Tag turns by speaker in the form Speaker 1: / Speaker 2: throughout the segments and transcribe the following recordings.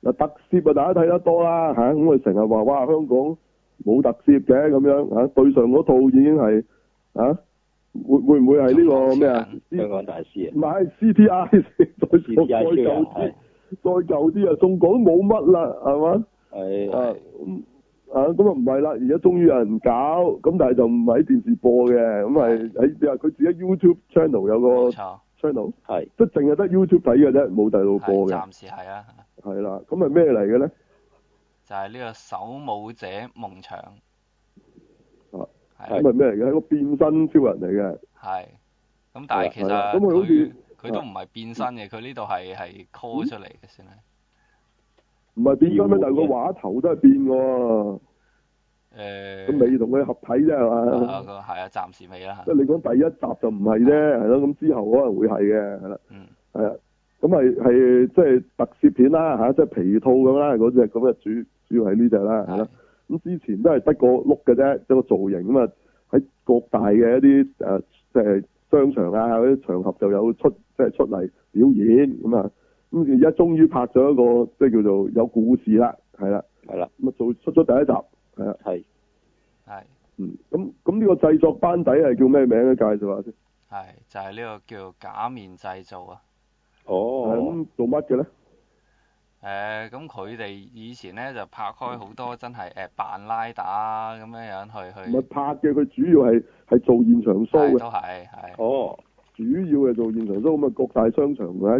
Speaker 1: 嗱特攝啊，大家睇得多啦嚇，咁啊佢成日話哇香港冇特攝嘅咁樣嚇，對上嗰套已經係嚇、啊，會會唔會係呢個咩啊？
Speaker 2: 香港大師啊
Speaker 1: 唔係 CTI 再再舊
Speaker 2: CTI
Speaker 1: 啲，
Speaker 2: 係
Speaker 1: 再舊啲啊，仲講冇乜啦，係嘛？
Speaker 2: 係
Speaker 1: 啊
Speaker 2: 係
Speaker 1: 咁啊咁啊唔係啦，而家終於有人搞，咁但係就唔係喺電視播嘅，咁係喺你話佢自己 YouTube channel 有個
Speaker 3: 冇錯，
Speaker 1: channel，
Speaker 2: 係
Speaker 1: 即係淨係得 YouTube 睇嘅啫，冇第度播
Speaker 3: 係
Speaker 1: 嘅，
Speaker 3: 暫時係啊，
Speaker 1: 係啦，咁係咩嚟嘅咧？
Speaker 3: 就係呢個守武者夢場，
Speaker 1: 啊咁
Speaker 3: 係
Speaker 1: 係咩嚟嘅？係一個變身超人嚟嘅，
Speaker 3: 係，咁但係其
Speaker 1: 係啦
Speaker 3: 實
Speaker 1: 咁佢好
Speaker 3: 佢
Speaker 1: 似啊嗯
Speaker 3: 佢都唔係變身嘅，佢呢度係係 call 出嚟嘅先啦。啊
Speaker 1: 唔係變身咩？
Speaker 2: 要
Speaker 1: 但係個畫頭都係變嘅喎，
Speaker 3: 誒，
Speaker 1: 咁未同佢合體啫係
Speaker 3: 啊
Speaker 1: 嘛？
Speaker 3: 個係啊，暫時未啦
Speaker 1: 即係你講第一集就唔係啫，係咯，咁之後可能會係嘅，係啦。
Speaker 3: 嗯，
Speaker 1: 係啊，咁係係即係特攝片啦嚇，即係皮套咁啦，嗰只咁嘅啊主主要係呢只啦，係啦。咁之前都係得個碌嘅啫，即係個造型咁啊，喺各大嘅一啲誒即係商場啊嗰啲場合就有出即係出嚟表演咁啊。咁而家終於拍咗一個即係叫做有故事啦，係啦。
Speaker 2: 係啦，
Speaker 1: 咁啊做出咗第一集，係啊，
Speaker 2: 係
Speaker 3: 係
Speaker 1: 嗯。咁咁呢個製作班底係叫咩名咧？介紹下先。
Speaker 3: 係就係呢個叫假面製造啊。
Speaker 1: 係啊咁、
Speaker 2: 哦，
Speaker 1: 做乜嘅咧？
Speaker 3: 誒咁佢哋以前咧就拍開好多真係誒扮拉打咁樣樣去
Speaker 1: 唔係
Speaker 3: 去，
Speaker 1: 拍嘅，佢主要係係做現場 show 啊嘅
Speaker 3: 係。都係
Speaker 1: 啊
Speaker 3: 係
Speaker 2: 哦，
Speaker 1: 主要係做現場 show 咁啊，各大商場啊，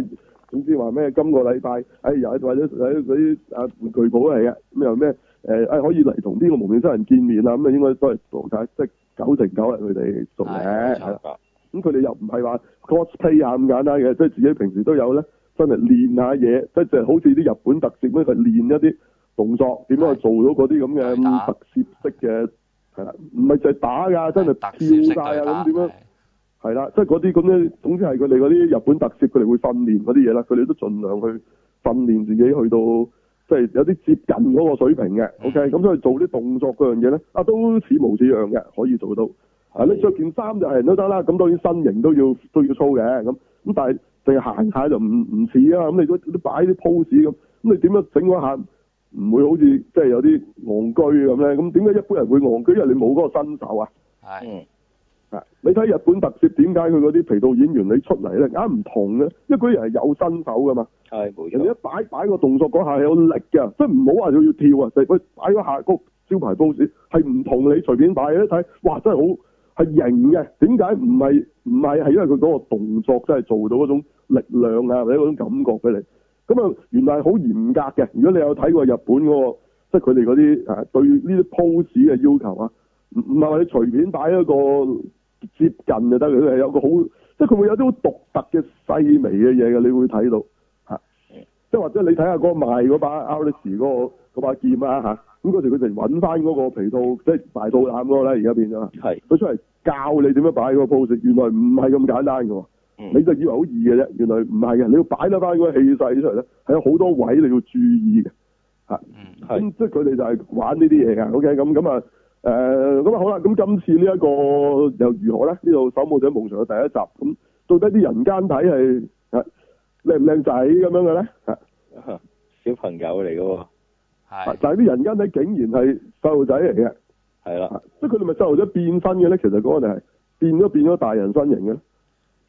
Speaker 1: 總之話咩今個禮拜，哎又或者喺嗰啲啊玩具鋪嚟嘅，咁又咩誒誒可以嚟同邊個蒙面商人見面啊，咁啊應該都係做曬，即係九成九係佢哋做嘅，
Speaker 3: 係冇
Speaker 1: 係啊
Speaker 3: 錯
Speaker 1: 啦。咁佢哋又唔係話 cosplay 啊下咁簡單嘅，即係自己平時都有咧，真係練下嘢，即係就係好似啲日本特攝咁，佢練一啲動作點樣去做到嗰啲咁嘅
Speaker 3: 打
Speaker 1: 特攝式嘅，係啦，唔係就係打㗎，真
Speaker 3: 特
Speaker 1: 係
Speaker 3: 攝式
Speaker 1: 跳晒
Speaker 3: 對
Speaker 1: 啊
Speaker 3: 打
Speaker 1: 咁點樣
Speaker 3: 係？
Speaker 1: 係啦，即係嗰啲咁樣，總之係佢哋嗰啲日本特攝，佢哋會訓練嗰啲嘢啦，佢哋都盡量去訓練自己去到即係有啲接近嗰個水平嘅。
Speaker 3: 嗯
Speaker 1: OK，咁所以做啲動作嗰樣嘢咧，啊都似模似樣嘅，可以做到。啊，你着件衫就係人都得啦，咁當然身形都要都要操嘅，咁咁但係淨係行下就唔唔似啊，咁你都都擺啲 pose 咁，咁你點樣整嗰下唔會好似即係有啲戇居咁咧？咁點解一般人會戇居？因為你冇嗰個身手啊。
Speaker 3: 係
Speaker 2: 嗯，
Speaker 1: 啊！你睇日本特攝點解佢嗰啲皮套演員你出嚟咧，啱唔同嘅，因為嗰啲人係有身手噶嘛，
Speaker 2: 係冇
Speaker 1: 人哋
Speaker 2: 錯
Speaker 1: 一，擺擺個動作嗰下係有力嘅，即係唔好話佢要跳啊，就係佢擺嗰下嗰個招牌 pose 係唔同你隨便擺，你一睇，哇！真係好係型嘅，點解唔係唔係係因為佢嗰個動作真係做到嗰種力量啊，或者嗰種感覺俾你。咁啊，原來係好嚴格嘅。如果你有睇過日本嗰、個，即係佢哋嗰啲啊對呢啲 pose 嘅要求啊，唔唔係話你隨便擺一個接近就得，佢係有個好，即係佢會有啲好獨特嘅細微嘅嘢嘅，你會睇到嚇。即係或者你睇下嗰個賣嗰把 a l e x 嗰個嗰把劍啊嚇，咁嗰時佢哋揾翻嗰個皮套，即係大肚腩嗰個咧，而家變咗，
Speaker 2: 係，
Speaker 1: 佢出嚟教你點樣擺嗰個 pose，原來唔係咁簡單嘅喎。
Speaker 2: 嗯
Speaker 1: 你就以為好易嘅啫，原來唔係嘅，你要擺得翻嗰個氣勢出嚟咧，係有好多位你要注意嘅。
Speaker 3: 嗯
Speaker 2: 係
Speaker 1: 咁即係佢哋就係玩呢啲嘢㗎。OK，咁咁啊，誒咁啊好啦，咁今次呢、一個又如何咧？呢度《守墓者夢場》嘅第一集，咁到底啲人間睇係係啊靚唔靚仔咁樣嘅咧？啊係
Speaker 2: 小朋友嚟嘅喎，
Speaker 3: 係
Speaker 1: 啊但係啲人間睇竟然係細路仔嚟嘅，
Speaker 2: 係啦，
Speaker 1: 啊即係佢哋咪細路仔變身嘅咧？其實嗰個就係變咗變咗大人身形嘅咧，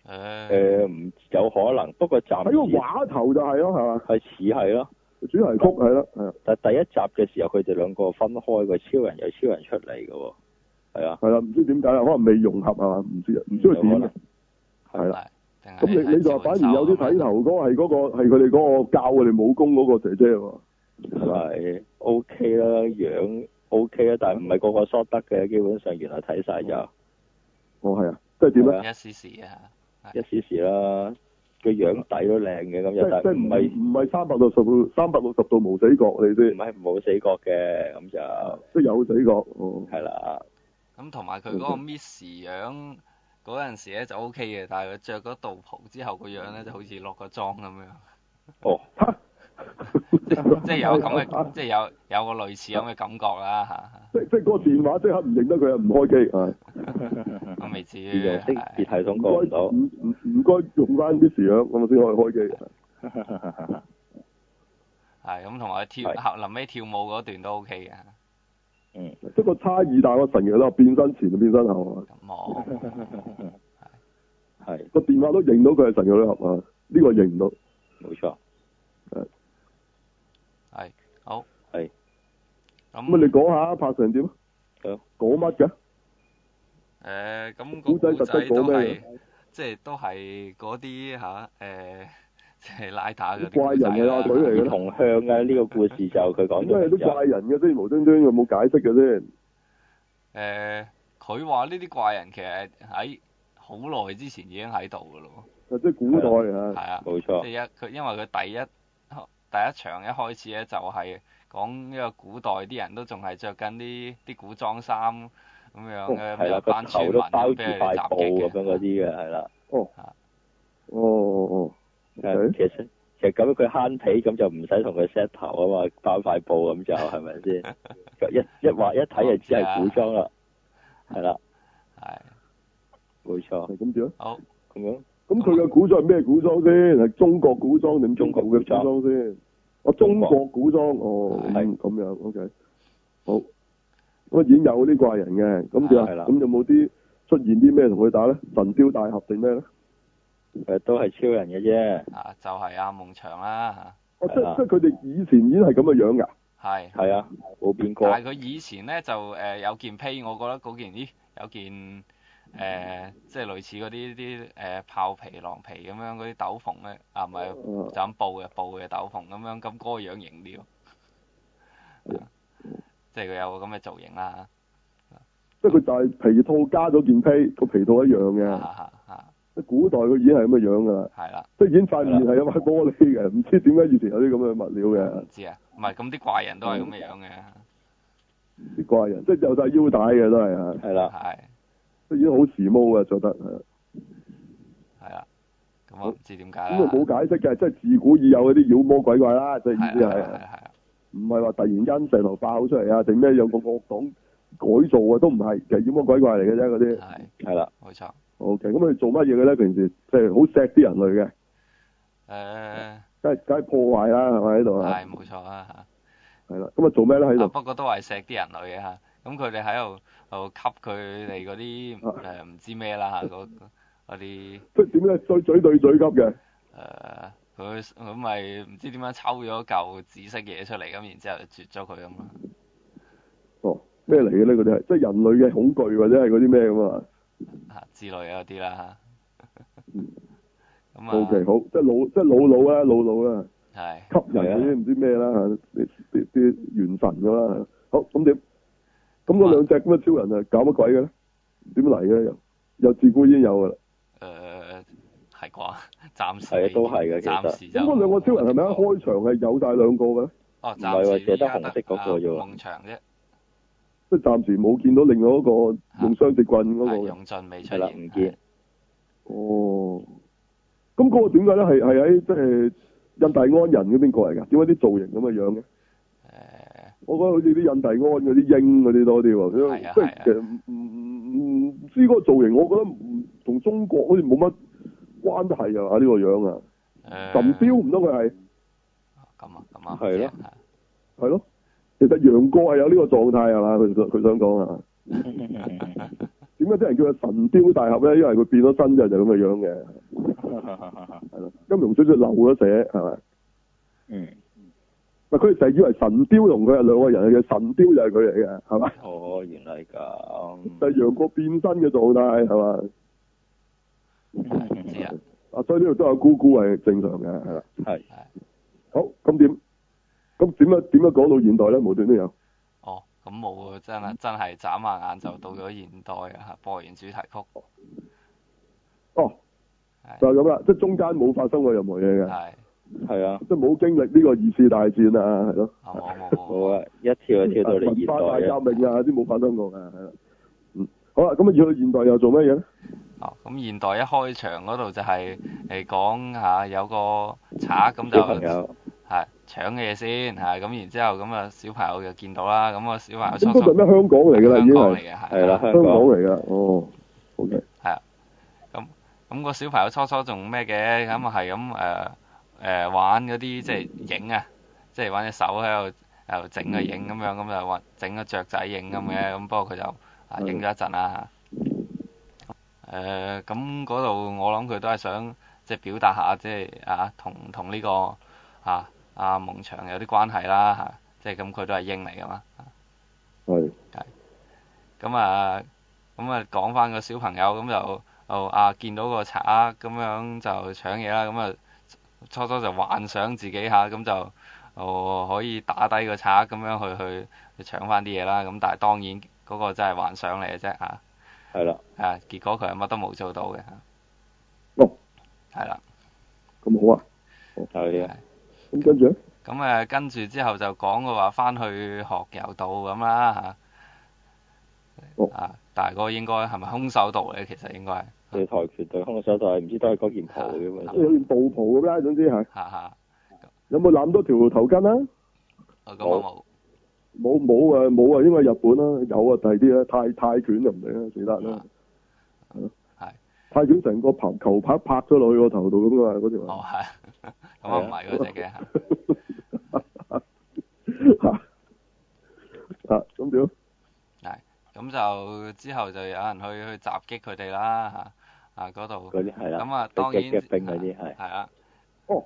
Speaker 3: 誒
Speaker 2: 誒唔有可能，不過暫
Speaker 1: 喺個
Speaker 2: 時
Speaker 1: 畫頭就係咯，係嘛？
Speaker 2: 係似係咯。
Speaker 1: 主題曲係啦，係啊
Speaker 2: 但第一集嘅時候，佢哋兩個分開個超人有超人出嚟嘅喎，係啊，
Speaker 1: 係啦，唔知點解啦，可能未融合係嘛？唔知啊，唔知佢點嘅。係啦。
Speaker 3: 係定係
Speaker 1: 咁你你就
Speaker 3: 係
Speaker 1: 反而有
Speaker 3: 啊
Speaker 1: 啲睇頭嗰個係嗰個係佢哋嗰個教佢哋武功嗰個姐姐喎，
Speaker 2: 係 OK 啦，樣 OK 啦，但係唔係個個 shot 得嘅，基本上原來睇晒就
Speaker 1: 哦係啊，即係點咧
Speaker 2: 係？啊
Speaker 3: 一時時啊，
Speaker 2: 一時時啦，個樣底都靚嘅咁
Speaker 1: 即
Speaker 2: 又，
Speaker 1: 係
Speaker 2: 但
Speaker 1: 即
Speaker 2: 係
Speaker 1: 係
Speaker 2: 唔
Speaker 1: 唔
Speaker 2: 係
Speaker 1: 係唔係三百六十度三百六十度無死角你
Speaker 2: 唔
Speaker 1: 先，
Speaker 2: 係冇死角嘅咁就
Speaker 1: 即係有死角 哦。
Speaker 2: 係啦，
Speaker 3: 咁同埋佢嗰個
Speaker 1: 嗯
Speaker 3: Miss 樣嗰陣時咧就 O K 嘅，但係佢着嗰道袍之後個樣咧就好似落個 妝咁樣，
Speaker 2: 哦
Speaker 3: 即即係有咁嘅，即係有有個類似咁嘅感覺啦嚇
Speaker 1: 即即係嗰個電話即刻唔認得佢啊，唔開機係。，嗯
Speaker 3: 咁未至
Speaker 2: 自
Speaker 3: 於
Speaker 2: 動識別系
Speaker 3: 係
Speaker 2: 統
Speaker 1: 唔
Speaker 2: 過唔
Speaker 1: 該
Speaker 2: 到
Speaker 1: 唔，唔啊 唔該用翻啲時樣，咁我先可以開機。
Speaker 3: 係咁，同埋佢跳
Speaker 2: 係
Speaker 3: 後臨尾跳舞嗰段都 OK 嘅。
Speaker 2: 嗯，
Speaker 1: 即係個差異大過神嘅啦，變身前就變身後啊，
Speaker 3: 咁 我
Speaker 2: 係
Speaker 1: 個電話都認到佢係神嘅女俠啊，呢、個認唔到。
Speaker 2: 冇錯，
Speaker 3: 係好
Speaker 2: 係
Speaker 1: 咁啊，你
Speaker 3: 咁
Speaker 1: 講下拍成點啊？
Speaker 2: 好
Speaker 1: 講乜嘅？
Speaker 3: 誒，咁個
Speaker 1: 古仔
Speaker 3: 古
Speaker 1: 實質
Speaker 3: 仔
Speaker 1: 講
Speaker 3: 都
Speaker 2: 啊
Speaker 1: 咩
Speaker 3: 係
Speaker 1: 嘅
Speaker 3: 即係都係嗰啲吓，誒， 即係拉打嗰啲
Speaker 1: 怪人嘅阿
Speaker 3: 古
Speaker 1: 隊嚟嘅
Speaker 3: 仔啊啦
Speaker 1: 咧
Speaker 2: 同向嘅呢個故事就佢講
Speaker 1: 點解
Speaker 2: 咗
Speaker 1: 有啲怪人嘅先無端端有冇解釋嘅先？
Speaker 3: 誒，佢話呢啲怪人其實喺好耐之前已經喺度㗎咯
Speaker 1: 啊即係古代
Speaker 3: 喎，
Speaker 1: 啊，
Speaker 3: 係啊。
Speaker 2: 冇錯，
Speaker 3: 即係一佢，因為佢第一第一場一開始咧就係講呢個古代啲人都仲係着緊啲啲古裝衫咁樣嘅，咁
Speaker 2: 哦係
Speaker 3: 有
Speaker 2: 啦，
Speaker 3: 一
Speaker 2: 個
Speaker 3: 班村
Speaker 2: 頭
Speaker 3: 民
Speaker 2: 都包
Speaker 3: 咁
Speaker 2: 住
Speaker 3: 俾佢
Speaker 2: 塊
Speaker 3: 哋襲
Speaker 2: 布
Speaker 3: 擊
Speaker 2: 咁樣嗰
Speaker 3: 嘅。
Speaker 2: 啲嘅，係啦，
Speaker 1: 哦哦
Speaker 2: 誒其實其實咁佢慳皮咁就唔使同佢 set 頭啊嘛，包塊布咁就係咪先？ 一一畫一睇就知係古裝啦，係啦，
Speaker 3: 係啊
Speaker 2: 冇
Speaker 1: 哦，
Speaker 2: 錯，
Speaker 1: 係咁點啊？
Speaker 3: 好
Speaker 2: 咁樣
Speaker 1: 咁佢嘅古裝係咩古裝先？係中國古裝定中國嘅古裝先？哦，中國古裝哦，
Speaker 3: 係
Speaker 1: 咁咁樣 OK，好。咁啊已經有啲怪人嘅，咁點啊？
Speaker 2: 係啦
Speaker 1: 咁有冇啲出現啲咩同佢打咧？神雕大俠定咩咧？
Speaker 2: 誒呃都係超人嘅啫，
Speaker 3: 啊，就係阿夢長啦
Speaker 1: 哦，即
Speaker 2: 係啦
Speaker 1: 即係佢哋以前已經係咁嘅樣㗎。
Speaker 3: 嚇，係。
Speaker 2: 係啊，冇變過
Speaker 3: 但，係佢以前咧就誒、呃有件披，我覺得嗰件咦有件誒、呃即係類似嗰啲啲誒豹皮狼皮咁樣嗰啲斗篷咧，啊唔係
Speaker 1: 哦
Speaker 3: 就咁布嘅布嘅斗篷咁樣，咁嗰個樣型啲喎，啊即係佢有個咁嘅造型啦，
Speaker 1: 即係佢就係皮套加咗件披，個皮套一樣
Speaker 3: 嚇
Speaker 2: 啊
Speaker 1: 嘅。
Speaker 3: 嚇嚇，
Speaker 1: 即係古代佢已經係咁嘅樣㗎啦，
Speaker 3: 啊係啦，
Speaker 1: 即係已經塊面係有塊玻璃嘅，唔知點解以前有啲咁嘅物料嘅
Speaker 3: 唔。知啊，唔係咁啲怪人都係咁嘅樣嘅，
Speaker 1: 啲怪人，即係有晒腰帶嘅都係啊，
Speaker 2: 係啦，
Speaker 3: 係
Speaker 1: 都已經好時髦啊，做得係啊
Speaker 3: 係啦，咁我唔知點解啦，
Speaker 1: 咁啊冇解釋嘅，即係自古已有嗰啲妖魔鬼怪啦，即係意思啊
Speaker 3: 係啊係
Speaker 1: 係，
Speaker 3: 係係
Speaker 1: 唔係話突然間石頭爆出嚟啊，定咩有個惡黨改造啊，都唔係，其實妖魔鬼怪嚟嘅啫嗰啲。
Speaker 3: 係啊
Speaker 2: 係啦，
Speaker 3: 冇錯。
Speaker 1: OK，咁佢做乜嘢嘅咧？平時即係好錫啲人類嘅，
Speaker 3: 誒
Speaker 1: 梗係梗係破壞啦，係咪喺度啊
Speaker 3: 係？冇錯啊嚇，
Speaker 1: 係啦，咁啊做咩咧喺
Speaker 3: 啊
Speaker 1: 度？
Speaker 3: 不過都係錫啲人類嘅嚇，咁佢哋喺度喺度吸佢哋嗰啲
Speaker 1: 啊
Speaker 3: 誒唔知咩啦嚇，嗰嗰啲
Speaker 1: 即係點咧？嘴嘴對嘴急嘅，
Speaker 3: 誒佢佢咪唔知點樣抽咗嚿紫色嘢出嚟，咁然之後就絕咗佢咁啦。
Speaker 1: 哦，咩嚟嘅咧？嗰啲係即係人類嘅恐懼或者係嗰啲咩咁啊
Speaker 3: 啊之類嗰啲啦
Speaker 1: 嗯
Speaker 3: 嚇。
Speaker 1: ？O K，
Speaker 3: 咁啊，
Speaker 1: 好，即係老即係老老啦，老老啦。
Speaker 3: 係啊
Speaker 1: 吸人嗰啲唔知咩啦嚇，啲啲啲元神咁啦。好咁點？咁嗰兩隻咁嘅超人啊，搞乜鬼嘅咧？點嚟嘅咧？又又自古已經有㗎啦。
Speaker 3: 誒係啩？ 暫時
Speaker 2: 係啊都係嘅其實
Speaker 3: 暫時就
Speaker 1: 咁嗰兩個超人係咪一開場係有晒兩個嘅咧？
Speaker 3: 哦，
Speaker 2: 唔係
Speaker 3: 暫
Speaker 2: 喎
Speaker 3: 時
Speaker 2: 淨
Speaker 3: 依
Speaker 2: 係得
Speaker 3: 家
Speaker 2: 紅色嗰個啫喎
Speaker 3: 啊夢長啫，
Speaker 1: 即係暫時冇見到另外一個用雙截棍嗰個
Speaker 3: 係
Speaker 1: 嘅。
Speaker 3: 勇進未出
Speaker 2: 係啦，
Speaker 3: 現
Speaker 2: 唔。見，
Speaker 1: 哦，咁嗰個點解咧？係係喺即係印第安人嗰邊過嚟㗎？點解啲造型咁嘅樣嘅？
Speaker 3: 係誒。
Speaker 1: 我覺得好似啲印第安嗰啲鷹嗰啲多啲喎，
Speaker 3: 係啊
Speaker 1: 即
Speaker 3: 係
Speaker 1: 係
Speaker 3: 啊
Speaker 1: 其實唔唔唔知嗰個造型，我覺得唔同中國好似冇乜關係啊！呢個樣啊，
Speaker 3: 誒
Speaker 1: 神雕唔通佢係
Speaker 3: 咁啊咁啊，
Speaker 2: 係咯
Speaker 1: 係咯？其實楊過係有呢個狀態係嘛？佢想佢想講啊，點解啲人叫佢神雕大俠咧？因為佢變咗身之後就咁嘅樣嘅，係咯。金庸小説漏咗寫係咪？
Speaker 2: 嗯，
Speaker 1: 嗱，佢哋就係以為神雕同佢係兩個人嚟嘅，神雕就係佢嚟嘅，係嘛？
Speaker 2: 哦，原來
Speaker 3: 嗯
Speaker 1: 就
Speaker 2: 咁，
Speaker 1: 係楊過變身嘅狀態係嘛？
Speaker 3: 唔知啊，
Speaker 1: 啊，所以呢度都有姑姑係正常嘅，係啦。
Speaker 2: 係
Speaker 1: 好，咁點？咁點樣點樣講到現代咧？無端端有，
Speaker 3: 哦，咁冇啊，真
Speaker 2: 嗯
Speaker 3: 係真係眨下眼就到咗現代啊！播完主題曲，
Speaker 1: 哦，就係
Speaker 3: 係
Speaker 1: 咁啦，即係中間冇發生過任何嘢嘅，
Speaker 3: 係
Speaker 2: 係啊。
Speaker 1: 即係冇經歷呢個二次大戰啊，係咯，
Speaker 3: 啊冇冇
Speaker 2: 好
Speaker 3: 冇，
Speaker 2: 啊，一跳就跳到嚟
Speaker 1: 文
Speaker 2: 現
Speaker 1: 化大
Speaker 2: 代啊！
Speaker 1: 革命啊啲冇發生過嘅，係啦。嗯，好啦，咁啊要到現代又做乜嘢咧？
Speaker 3: 哦，咁現代一開場嗰度就係誒講下有個賊咁
Speaker 2: 小朋
Speaker 3: 就
Speaker 2: 友
Speaker 3: 係搶嘅嘢先嚇，咁然之後咁啊小朋友就見到啦，咁啊小朋友
Speaker 1: 應
Speaker 3: 初
Speaker 1: 該
Speaker 3: 初
Speaker 1: 係咩香港嚟㗎啦，已
Speaker 3: 香
Speaker 1: 經
Speaker 3: 港嚟
Speaker 1: 係
Speaker 3: 嘅
Speaker 2: 係啦，啊香
Speaker 1: 香港
Speaker 2: 港
Speaker 1: 嚟㗎，哦，OK，
Speaker 3: 咁個小朋友初初仲咩嘅，咁啊係咁誒誒玩嗰啲即係影啊，即係揾隻手喺度喺度整個影咁樣，咁就揾整個雀仔影咁嘅，咁不過佢就啊
Speaker 1: 嗯
Speaker 3: 影咗一陣啦。誒咁嗰度我諗佢都係想即係表達下，即係啊同同呢個啊啊夢翔有啲關係啦嚇，即係咁佢都係英嚟噶嘛。
Speaker 1: 係
Speaker 3: 咁啊，咁啊講翻個小朋友咁就就啊見到個賊咁樣就搶嘢啦，咁啊初初就幻想自己下，咁就哦可以打低個賊咁樣去去去搶翻啲嘢啦，咁但係當然嗰個真係幻想嚟嘅啫嚇，
Speaker 2: 係啦，
Speaker 3: 啊結果佢係乜都冇做到嘅嚇，
Speaker 1: 哦，
Speaker 3: 係啦，
Speaker 1: 咁好啊，
Speaker 2: 係啊，
Speaker 1: 咁跟住咧，
Speaker 3: 咁誒跟住之後就講佢話翻去學柔道咁啦嚇
Speaker 1: 哦，
Speaker 3: 啊但係嗰個應該係咪空手道嚟？其實應該係
Speaker 2: 對跆拳道、空手道，唔知都係啊嗰件袍嘅嘛
Speaker 1: 即係。好似道袍咁啦，總之係
Speaker 3: 嚇嚇，
Speaker 1: 有冇攬多條頭巾啊？
Speaker 3: 哦咁我冇。
Speaker 1: 冇冇啊冇啊，應該係日本啦，有啊第二啲啦，泰泰拳就唔理啦，死得啦
Speaker 3: 啊。
Speaker 1: 係
Speaker 3: 係
Speaker 1: 泰拳成個拍球拍拍咗落去個頭度咁啊，嗰條
Speaker 3: 哦
Speaker 2: 嗯
Speaker 1: 啊，
Speaker 3: 係， 咁我唔係嗰只嘅，哦
Speaker 1: 啊咁點啊？
Speaker 3: 咁就之後就有人去去襲擊佢哋啦嚇，啊嗰度，
Speaker 2: 嗰啲係啦，
Speaker 3: 咁啊
Speaker 2: 即係
Speaker 3: 當然
Speaker 2: 擊兵嗰啲係
Speaker 3: 係啊啦，
Speaker 1: 哦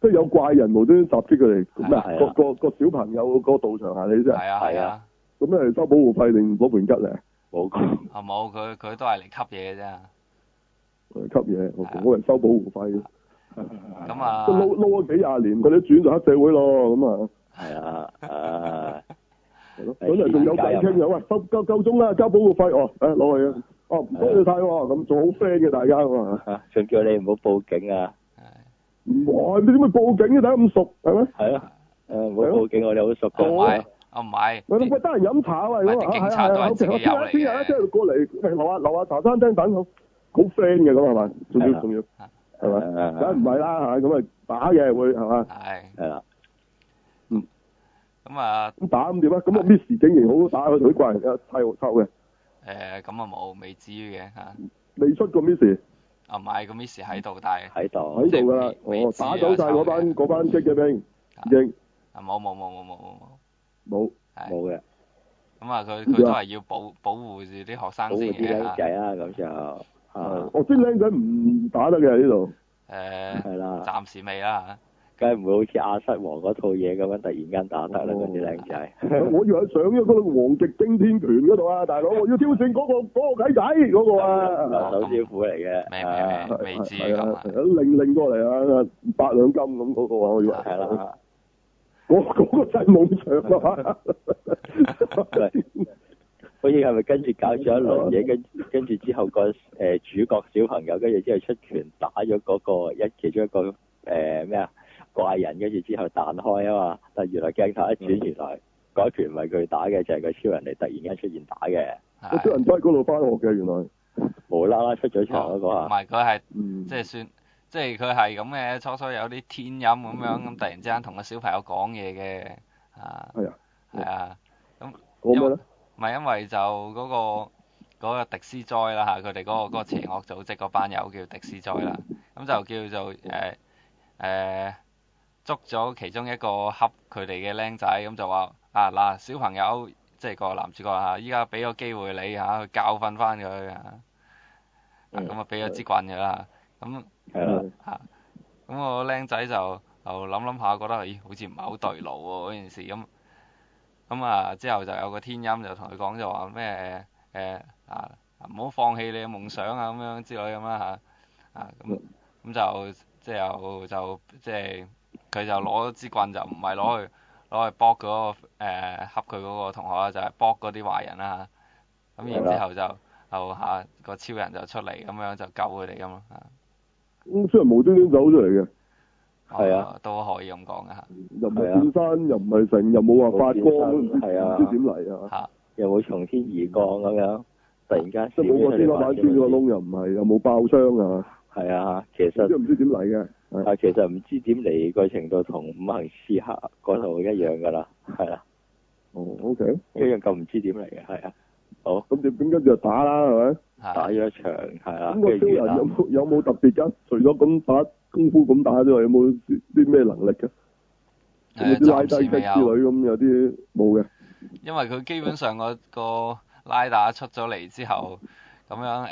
Speaker 1: 即係有怪人無端端襲擊佢哋，咩啊
Speaker 2: 係啊
Speaker 1: 個個個小朋友個道場行你啫，
Speaker 3: 係啊係
Speaker 2: 係
Speaker 3: 啊
Speaker 2: 啊，
Speaker 1: 咁咩收保護費定攞盤吉嚟
Speaker 2: 冇講，
Speaker 3: 啊冇佢佢都係嚟吸嘢嘅啫，
Speaker 1: 嚟吸嘢？我
Speaker 3: 係啊
Speaker 1: 我人收保護費嘅，
Speaker 3: 咁
Speaker 1: 即係
Speaker 3: 啊
Speaker 1: 撈撈咗幾廿年，佢都轉咗黑社會咯，咁啊，
Speaker 2: 係啊，啊，
Speaker 1: 係咯，
Speaker 2: 係
Speaker 1: 咁啊仲有偈傾嘅，喂收夠夠鐘啦，交保護費哦，誒攞去啊，哦唔該你晒喎，咁仲好 friend 嘅大家咁啊。
Speaker 2: 啊仲叫你唔好報警啊，
Speaker 1: 唔係，你點會報警嘅？大家咁熟係咪？
Speaker 2: 係咯，誒唔好報警，我哋好熟
Speaker 3: 啊唔
Speaker 2: 㗎
Speaker 3: 係，啊唔係，
Speaker 1: 喂，喂，得人飲茶啊！喂，
Speaker 3: 唔係啲警察都係自己有嚟嘅
Speaker 1: 聽日即係過嚟，喂，留下留下茶餐廳等好，好 friend 嘅咁係咪？仲
Speaker 2: 係
Speaker 1: 要
Speaker 2: 啊
Speaker 1: 仲要係咪？梗係
Speaker 2: 係
Speaker 1: 唔係啦嚇，咁啊打嘅會係嘛？
Speaker 3: 係
Speaker 2: 係啦，
Speaker 3: 咁啊
Speaker 1: 咁打咁點啊？咁啊 Miss 整型好打佢同啲怪人嘅太惡臭嘅，
Speaker 3: 誒咁啊冇未至於嘅嚇，
Speaker 1: 未出過 Miss 喺
Speaker 3: 啊唔係個 Miss 喺度，但係
Speaker 2: 喺度，
Speaker 1: 度㗎啦，
Speaker 3: 未
Speaker 1: 哦
Speaker 3: 知啊
Speaker 1: 打走晒嗰
Speaker 3: 臭
Speaker 1: 班
Speaker 3: 嘅
Speaker 1: 嗰班職嘅兵，
Speaker 3: 啊
Speaker 1: 已經
Speaker 3: 啊冇冇冇冇冇冇
Speaker 1: 冇
Speaker 3: 冇，係
Speaker 2: 冇嘅，
Speaker 3: 咁啊佢佢都係要保保護住啲學
Speaker 2: 保
Speaker 3: 生
Speaker 2: 護
Speaker 3: 先
Speaker 2: 啲
Speaker 3: 嘅嚇
Speaker 2: 僆，仔啊，咁就啊，
Speaker 1: 我知僆仔唔打得嘅呢 度，
Speaker 3: 誒
Speaker 2: 係啦。
Speaker 3: 暫時未啦
Speaker 2: 梗係唔會好似亞瑟王嗰套嘢咁樣突然間打得啦，嗰啲靚仔。
Speaker 1: 我以為上咗嗰個黃極驚天拳嗰度啊，大佬，我要挑戰嗰個嗰個契仔嗰個啊！
Speaker 2: 手招呼嚟
Speaker 3: 未
Speaker 2: 嘅，
Speaker 3: 未
Speaker 2: 啊
Speaker 3: 未未至於咁啊
Speaker 1: 係啊令令過嚟啊，八兩金咁嗰個啊，我以為
Speaker 2: 係，啦，
Speaker 1: 嗰嗰個真係冇場 啊！
Speaker 2: 好似係咪跟住搞咗一輪嘢，跟跟住之後個誒主角小朋友，跟住之後出拳打咗嗰個一其中一個誒咩啊怪人，跟住之後彈開啊嘛，但原來鏡頭一轉，原來嗰拳唔係佢打嘅，就係個超人嚟突然間出現打嘅，
Speaker 3: 嚇，
Speaker 1: 我
Speaker 3: 係
Speaker 1: 啲人都喺嗰度翻學嘅原來，
Speaker 2: 無啦啦出咗場嗰個
Speaker 3: 哦唔
Speaker 2: 啊，
Speaker 3: 係佢係。
Speaker 1: 嗯
Speaker 3: 即，係算，即係佢係咁嘅，初初有啲天音咁樣，咁突然之間同個小朋友講嘢嘅，啊，
Speaker 1: 係啊，
Speaker 3: 係啊，
Speaker 1: 講咩咧？
Speaker 3: 唔係因為就嗰、個嗰、個迪斯災啦嚇，佢哋嗰個嗰個邪惡組織嗰班友叫迪斯災啦，咁就叫做誒誒、捉咗其中一個恰佢哋嘅僆仔，咁就話啊嗱，小朋友即係個男主角嚇，依家俾個機會你嚇、去教訓翻佢嚇，啊
Speaker 2: 嗯
Speaker 3: 咁啊俾咗支棍佢啦，咁。
Speaker 1: 哦
Speaker 2: 係啦，
Speaker 3: 嚇。咁我僆仔就就諗諗下，覺得咦好似唔係好對路喎嗰件事咁。咁啊之後就有個天音就同佢講就話咩誒誒啊唔好放棄你嘅夢想啊咁樣之類咁啦嚇。啊
Speaker 2: 嗯
Speaker 3: 咁咁就即係又就即係佢就攞支棍就唔係攞去攞去搏嗰、個誒恰佢嗰個同學啦，就係搏嗰啲壞人啦嚇。咁然之後就就嚇、個超人就出嚟咁樣就救佢哋咁咯啊嚇。
Speaker 1: 嗯咁雖然無端端走出嚟嘅，
Speaker 2: 係啊
Speaker 3: 哦，都可以咁講嘅嚇。
Speaker 1: 又唔
Speaker 2: 係
Speaker 1: 係
Speaker 2: 啊
Speaker 1: 變身，又唔係成，又冇話發光，
Speaker 2: 冇變身係啊
Speaker 1: 唔知點嚟啊！
Speaker 3: 嚇
Speaker 2: 有冇從天而降咁樣？突然間
Speaker 1: 即係冇個天花板穿咗個
Speaker 2: 窿，
Speaker 1: 窿，又唔係，又冇爆槍啊！
Speaker 2: 係啊，其實
Speaker 1: 即。係唔知點嚟嘅，係
Speaker 2: 啊，其實唔知點嚟個程度同五行刺客嗰度一樣㗎啦，係啦，
Speaker 1: 哦，OK，
Speaker 2: 一樣咁唔知點嚟嘅，係啊，好
Speaker 1: 咁點點跟住就打啦，係咪？
Speaker 2: 打
Speaker 3: 嚇，
Speaker 2: 咗一場係
Speaker 1: 咁
Speaker 2: 啦，啊跟
Speaker 1: 個
Speaker 2: 住
Speaker 1: 超
Speaker 2: 越
Speaker 1: 人
Speaker 2: 打
Speaker 1: 有冇有冇特別㗎？除咗咁打功夫咁打之外，有冇啲咩能力㗎？有冇
Speaker 3: 誒
Speaker 1: 啲拉低
Speaker 3: 暫
Speaker 1: 級
Speaker 3: 時
Speaker 1: 之
Speaker 3: 未有，
Speaker 1: 類咁有啲冇嘅。
Speaker 3: 因為佢基本上個個拉打出咗嚟之後，咁樣誒、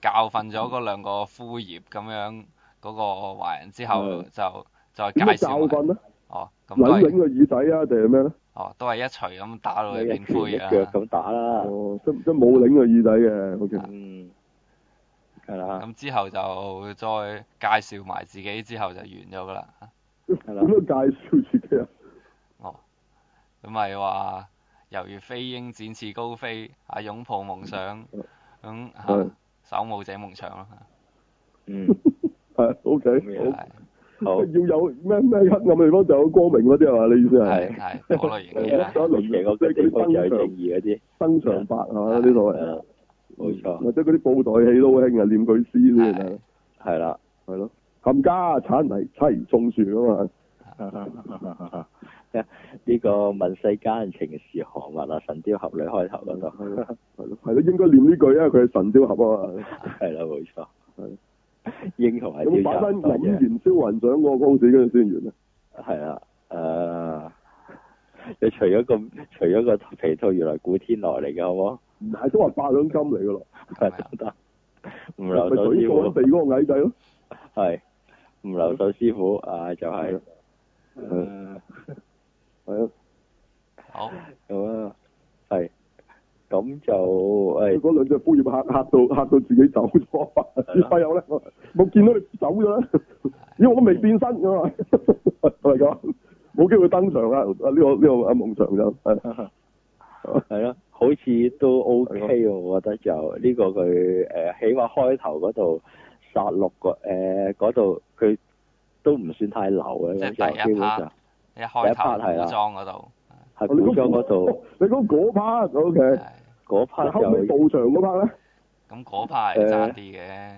Speaker 3: 教訓咗嗰兩個枯葉咁樣嗰個華人之後，
Speaker 1: 嗯
Speaker 3: 就再介
Speaker 1: 點解教
Speaker 3: 紹埋
Speaker 1: 訓咧？啊
Speaker 3: 哦，啊咁都
Speaker 1: 撚
Speaker 3: 係
Speaker 1: 擰個耳仔啊，定係咩咧？
Speaker 3: 哦都係一錘咁打到佢
Speaker 2: 一
Speaker 3: 變
Speaker 2: 拳
Speaker 3: 灰
Speaker 2: 一
Speaker 3: 啊！
Speaker 2: 腳咁打啦。
Speaker 1: 哦，即即冇擰個耳仔嘅，OK。
Speaker 2: 嗯，係
Speaker 1: 啊
Speaker 2: 啦，
Speaker 3: 咁之後就再介紹埋自己之後就完咗噶啦。
Speaker 1: 點樣介紹自己啊？
Speaker 3: 哦咁咪話猶如飛鷹展翅高飛，啊擁抱夢想，
Speaker 1: 嗯
Speaker 3: 咁
Speaker 1: 係
Speaker 3: 啊守舞者夢想咯。
Speaker 2: 嗯，
Speaker 1: 係 OK，
Speaker 2: 咁樣
Speaker 1: 好。
Speaker 3: 係
Speaker 2: 好，
Speaker 1: 要有咩咩黑暗地方就有光明嗰啲係嘛？你意思係？
Speaker 2: 係
Speaker 3: 係啊嗰類型
Speaker 1: 係
Speaker 3: 嘅嘢。
Speaker 1: 有一輪
Speaker 2: 邪惡
Speaker 1: 即
Speaker 2: 嘅
Speaker 1: 係
Speaker 2: 地
Speaker 1: 嗰
Speaker 2: 方
Speaker 1: 啲
Speaker 2: 就
Speaker 1: 登
Speaker 2: 有正
Speaker 1: 場
Speaker 2: 義嗰啲，
Speaker 1: 登場白係嘛？呢度
Speaker 2: 係
Speaker 1: 係。
Speaker 2: 啦，冇錯，
Speaker 1: 或者嗰啲布袋戲都好興啊，念佢詩先啊係
Speaker 3: 係
Speaker 2: 係啦，
Speaker 1: 係咯。冚家鏟泥砌種樹啊嘛，
Speaker 2: 呢個問世間情是何物啊？神雕俠侶開頭嗰度，
Speaker 1: 係咯係咯，應該念呢句，因為佢係神雕俠啊嘛。
Speaker 2: 係啦，冇錯
Speaker 1: 係，
Speaker 2: 英雄
Speaker 1: 有冇
Speaker 2: 係
Speaker 1: 擺
Speaker 2: 要
Speaker 1: 翻
Speaker 2: 有
Speaker 1: 諗
Speaker 2: 嘅。
Speaker 1: 燃燒雲掌嗰個 pose 跟住先完啊？
Speaker 2: 係啦，誒、你除咗個除咗個皮套，原來古天樂嚟嘅，好冇？
Speaker 1: 唔係都話八兩金嚟噶咯，
Speaker 3: 係 咪啊
Speaker 2: 得得，唔
Speaker 1: 咪
Speaker 2: 留手
Speaker 1: 懟
Speaker 2: 師
Speaker 1: 過
Speaker 2: 傅
Speaker 1: 地嗰個矮仔咯。
Speaker 2: 係唔留手師傅啊，就係、
Speaker 1: 係
Speaker 2: 嗯
Speaker 1: 係啊，
Speaker 3: 好，
Speaker 2: 咁啊，係咁就誒
Speaker 1: 嗰兩隻枯葉嚇嚇到嚇到自己走咗，啲細友咧冇見到你走咗啦，因為我都未變身㗎嘛，係咪咁？冇機會登場啦，啊呢個呢個阿夢長就係
Speaker 2: 係咯，好似都 OK 喎，我覺得就呢、個佢誒、起碼開頭嗰度殺戮個誒嗰度佢都唔算太流嘅，
Speaker 3: 即係
Speaker 2: 咁
Speaker 3: 第一
Speaker 2: 就基本
Speaker 3: part
Speaker 2: 上
Speaker 3: 一開頭
Speaker 2: 第一 part 係啦
Speaker 3: 古裝嗰度，
Speaker 2: 係
Speaker 1: 哦你講
Speaker 2: 古裝嗰 度
Speaker 1: 你講嗰 part，O K，
Speaker 3: 係
Speaker 2: 嗰
Speaker 1: 但
Speaker 2: part
Speaker 1: 後
Speaker 2: 就
Speaker 1: 尾。道場嗰 part 咧，
Speaker 3: 咁嗰 part 係爭啲嘅，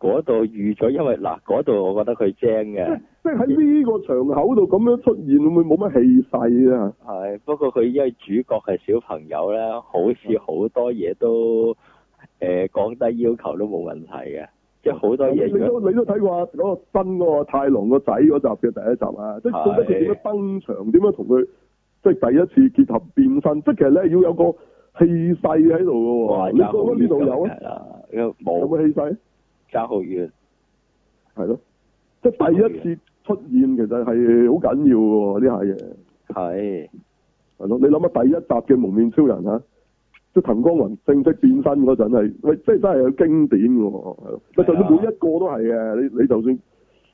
Speaker 2: 嗰度預咗，因為嗱嗰度我覺得佢精嘅，
Speaker 1: 即係喺呢個場口度咁樣出現，會唔會冇乜氣勢啊？
Speaker 2: 係不過佢因為主角係小朋友咧，好
Speaker 3: 嗯
Speaker 2: 似好多嘢都誒降低要求都冇問題嘅，即係好多嘢
Speaker 1: 你
Speaker 2: 如果
Speaker 1: 都你都睇過啊嗰個新嗰個泰龍個仔嗰集嘅第一集啊，即係
Speaker 2: 係
Speaker 1: 到底佢點樣登場，點樣同佢即係第一次結合變身，即係其實咧要有個氣勢喺度
Speaker 2: 哇
Speaker 1: 嘅喎。你覺得呢度有啊？
Speaker 2: 係啦，因為
Speaker 1: 有
Speaker 2: 冇
Speaker 1: 冇氣勢？
Speaker 2: 爭好遠，
Speaker 1: 係咯，即係第一次出現其實係好緊要嘅喎，呢下嘢
Speaker 2: 係
Speaker 1: 係咯。你諗下第一集嘅蒙面超人嚇，即係滕光雲正式變身嗰陣係，喂，即係真係有經典嘅喎，係咯。
Speaker 2: 啊
Speaker 1: 咪就算每一個都係嘅，你你就算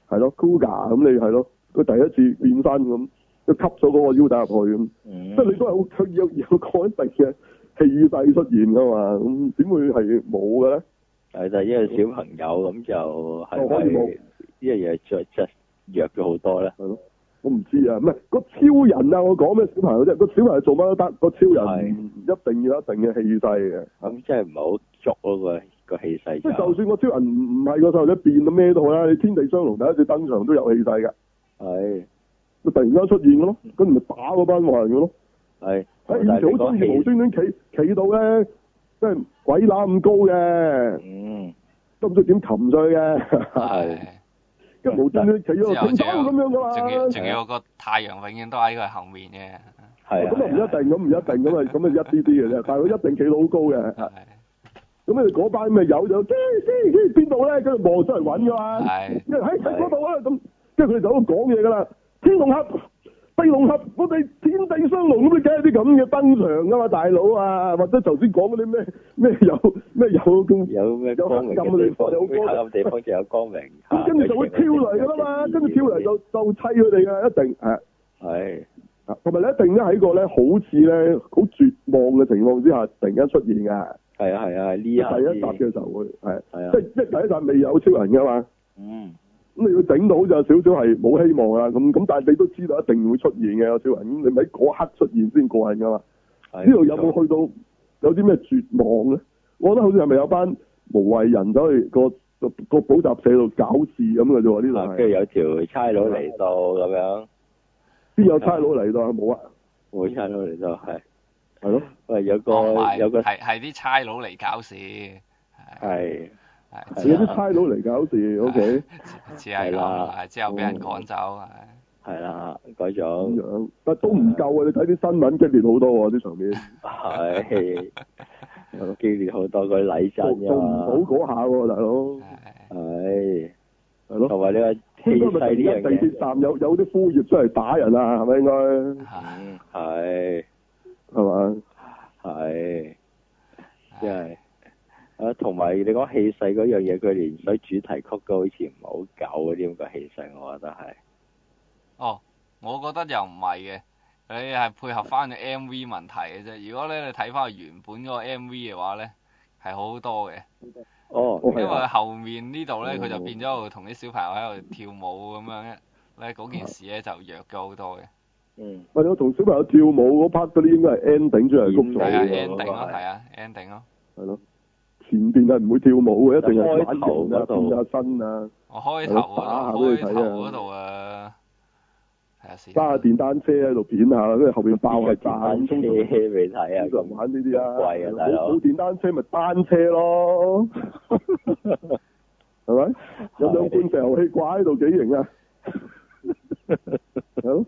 Speaker 1: 係咯 c o g a 咁你係咯，佢第一次變身咁，佢吸咗嗰個腰帶入去咁，
Speaker 2: 嗯
Speaker 1: 即係你都係好佢有有嗰一定嘅氣勢出現㗎嘛，咁點會係冇嘅咧？
Speaker 2: 係就係因為小朋友咁就係
Speaker 1: 可以
Speaker 2: 咪
Speaker 1: 冇
Speaker 2: 呢樣嘢再即弱咗好多咧？
Speaker 1: 係咯，我唔知啊，唔係個超人啊，我講咩小朋友啫？個小朋友做乜都得，個超
Speaker 2: 係
Speaker 1: 人唔一定要有一定嘅氣勢嘅。
Speaker 2: 咁真係唔係好足咯個個氣勢
Speaker 1: 即係就
Speaker 2: 就
Speaker 1: 算個超人唔唔係個細路仔變到咩都好啦，你天地雙龍第一次登場都有氣勢㗎，
Speaker 2: 係
Speaker 1: 佢突然間出現嘅咯，跟住咪打嗰班壞人嘅咯。喺
Speaker 2: 係，哦但
Speaker 1: 以前
Speaker 2: 係
Speaker 1: 好
Speaker 2: 你
Speaker 1: 中
Speaker 2: 講
Speaker 1: 意無
Speaker 2: 氣
Speaker 1: 端端企企到咧，即係鬼乸咁高
Speaker 2: Ừ.
Speaker 1: 嘅，
Speaker 2: 嗯
Speaker 1: 都唔知點擒上去 嘅，
Speaker 2: 係。
Speaker 1: 跟住無端端企
Speaker 3: 之
Speaker 1: 咗
Speaker 3: 後
Speaker 1: 度，點
Speaker 3: 仲
Speaker 1: 解會咁樣㗎嘛？
Speaker 3: 有仲要仲要個太陽永遠都喺佢後面嘅，
Speaker 2: 係啊
Speaker 1: 咁啊唔一定，咁唔一定，咁啊咁啊一啲啲嘅啫，但係佢一定企到好高嘅。
Speaker 3: 係
Speaker 1: 咁你嗰班咪有就，即即即邊度咧？跟住望出嚟揾噶 嘛。
Speaker 3: 係
Speaker 1: 因為喺喺嗰度啊，咁跟住佢哋就喺度講嘢噶啦。天龍俠、地龍俠，我哋天地雙龍咁，你梗係有啲咁嘅登場噶嘛，大佬啊！或者頭先講嗰啲咩咩有咩有咁，
Speaker 2: 有咩光明嘅地方，有黑暗地方就有光明。
Speaker 1: 咁跟住就會跳嚟噶啦嘛，
Speaker 2: 啊
Speaker 1: 跟住跳嚟就就砌佢哋噶，一定係。
Speaker 2: 係
Speaker 1: 啊同埋你一定咧喺個咧好似咧好絕望嘅情況之下，突然間出現嘅。
Speaker 2: 係啊係啊，呢
Speaker 1: 第一
Speaker 2: 一下
Speaker 1: 集嘅時候會係，
Speaker 2: 係啊
Speaker 1: 即係即係第一集未有超人噶嘛。
Speaker 2: 嗯
Speaker 1: 咁你要整到就少少係冇希望啦，咁咁但係你都知道一定會出現嘅有超人，咁你咪喺嗰刻出現先過癮噶嘛？
Speaker 2: 呢
Speaker 1: 呢度有冇去到有啲咩絕望咧？我覺得好似係咪有班無謂人走去個個個補習社度搞事咁嘅啫喎？呢度
Speaker 2: 跟住
Speaker 1: 係
Speaker 2: 有條差佬嚟到咁樣，
Speaker 1: 邊有差佬嚟到啊？冇啊，
Speaker 2: 冇差佬嚟到係，
Speaker 1: 係咯，
Speaker 2: 喂有個
Speaker 3: 哦係
Speaker 2: 有個
Speaker 3: 係係啲差佬嚟搞事，係
Speaker 2: 係
Speaker 3: 係
Speaker 2: 係
Speaker 1: 有啲差佬嚟搞事，OK，
Speaker 3: 似係
Speaker 2: 係啦
Speaker 3: 咁，係之後俾人趕走，係
Speaker 2: 係啦，嗰
Speaker 1: 咁
Speaker 2: 種
Speaker 1: 樣，但都唔夠啊！你睇啲新聞激烈好多喎，啲場面
Speaker 2: 係 激烈好多嗰啲禮
Speaker 1: 做
Speaker 2: 真
Speaker 1: 做唔
Speaker 2: 啊
Speaker 1: 到
Speaker 2: 嘛，
Speaker 1: 嗰下喎，大佬
Speaker 3: 係
Speaker 2: 係
Speaker 1: 係咯。
Speaker 2: 同埋呢個氣
Speaker 1: 應該咪突
Speaker 2: 勢
Speaker 1: 然
Speaker 2: 呢樣
Speaker 1: 間地
Speaker 2: 嘢
Speaker 1: 鐵，站有有啲枯葉出嚟打人啊，係咪應該
Speaker 3: 係
Speaker 2: 嗯係
Speaker 1: 係嘛？
Speaker 2: 係。真係啊，同埋你講氣勢嗰樣嘢，佢連首主題曲都好似唔係好夠嗰啲咁嘅氣勢，我覺得係。
Speaker 3: 哦，我覺得又唔係嘅，你係配合翻個 M V 問題嘅啫。如果咧你睇翻原本嗰個 M V 嘅話咧，係好好多嘅，
Speaker 2: 哦，
Speaker 1: 哦
Speaker 3: 因
Speaker 1: 係啊
Speaker 3: 為後面呢度咧佢就
Speaker 2: 嗯
Speaker 3: 變咗同啲小朋友喺度跳舞咁樣咧，嗰件事咧就弱咗好多嘅。
Speaker 2: 嗯，
Speaker 1: 喂，我同小朋友跳舞嗰 part 嗰啲應該係 ending 出嚟谷咗
Speaker 3: 係
Speaker 2: 係
Speaker 1: 嘅喎，
Speaker 3: 啊
Speaker 2: 啊
Speaker 3: ending 咯，
Speaker 2: 係
Speaker 3: 係啊 ending 咯。
Speaker 1: 係咯。前邊係唔會跳舞嘅，一定係玩
Speaker 2: 開頭
Speaker 1: 人啊、
Speaker 2: 嗰度
Speaker 1: 變下身啊、
Speaker 3: 我開頭
Speaker 1: 打
Speaker 3: 嗰
Speaker 1: 下
Speaker 3: 度，
Speaker 1: 俾你
Speaker 3: 開
Speaker 1: 睇啊
Speaker 3: 頭嗰度啊，睇下先。
Speaker 1: 揸下電單車喺度片下，跟住後邊爆 係炸咁，
Speaker 2: 單車
Speaker 1: 通常
Speaker 2: 未睇啊，
Speaker 1: 通常
Speaker 2: 咁
Speaker 1: 玩呢啲啊。
Speaker 2: 貴啊大佬
Speaker 1: 冇冇電單車咪單車 咯，係咪？有兩罐石油氣掛喺度幾 型啊！係咯。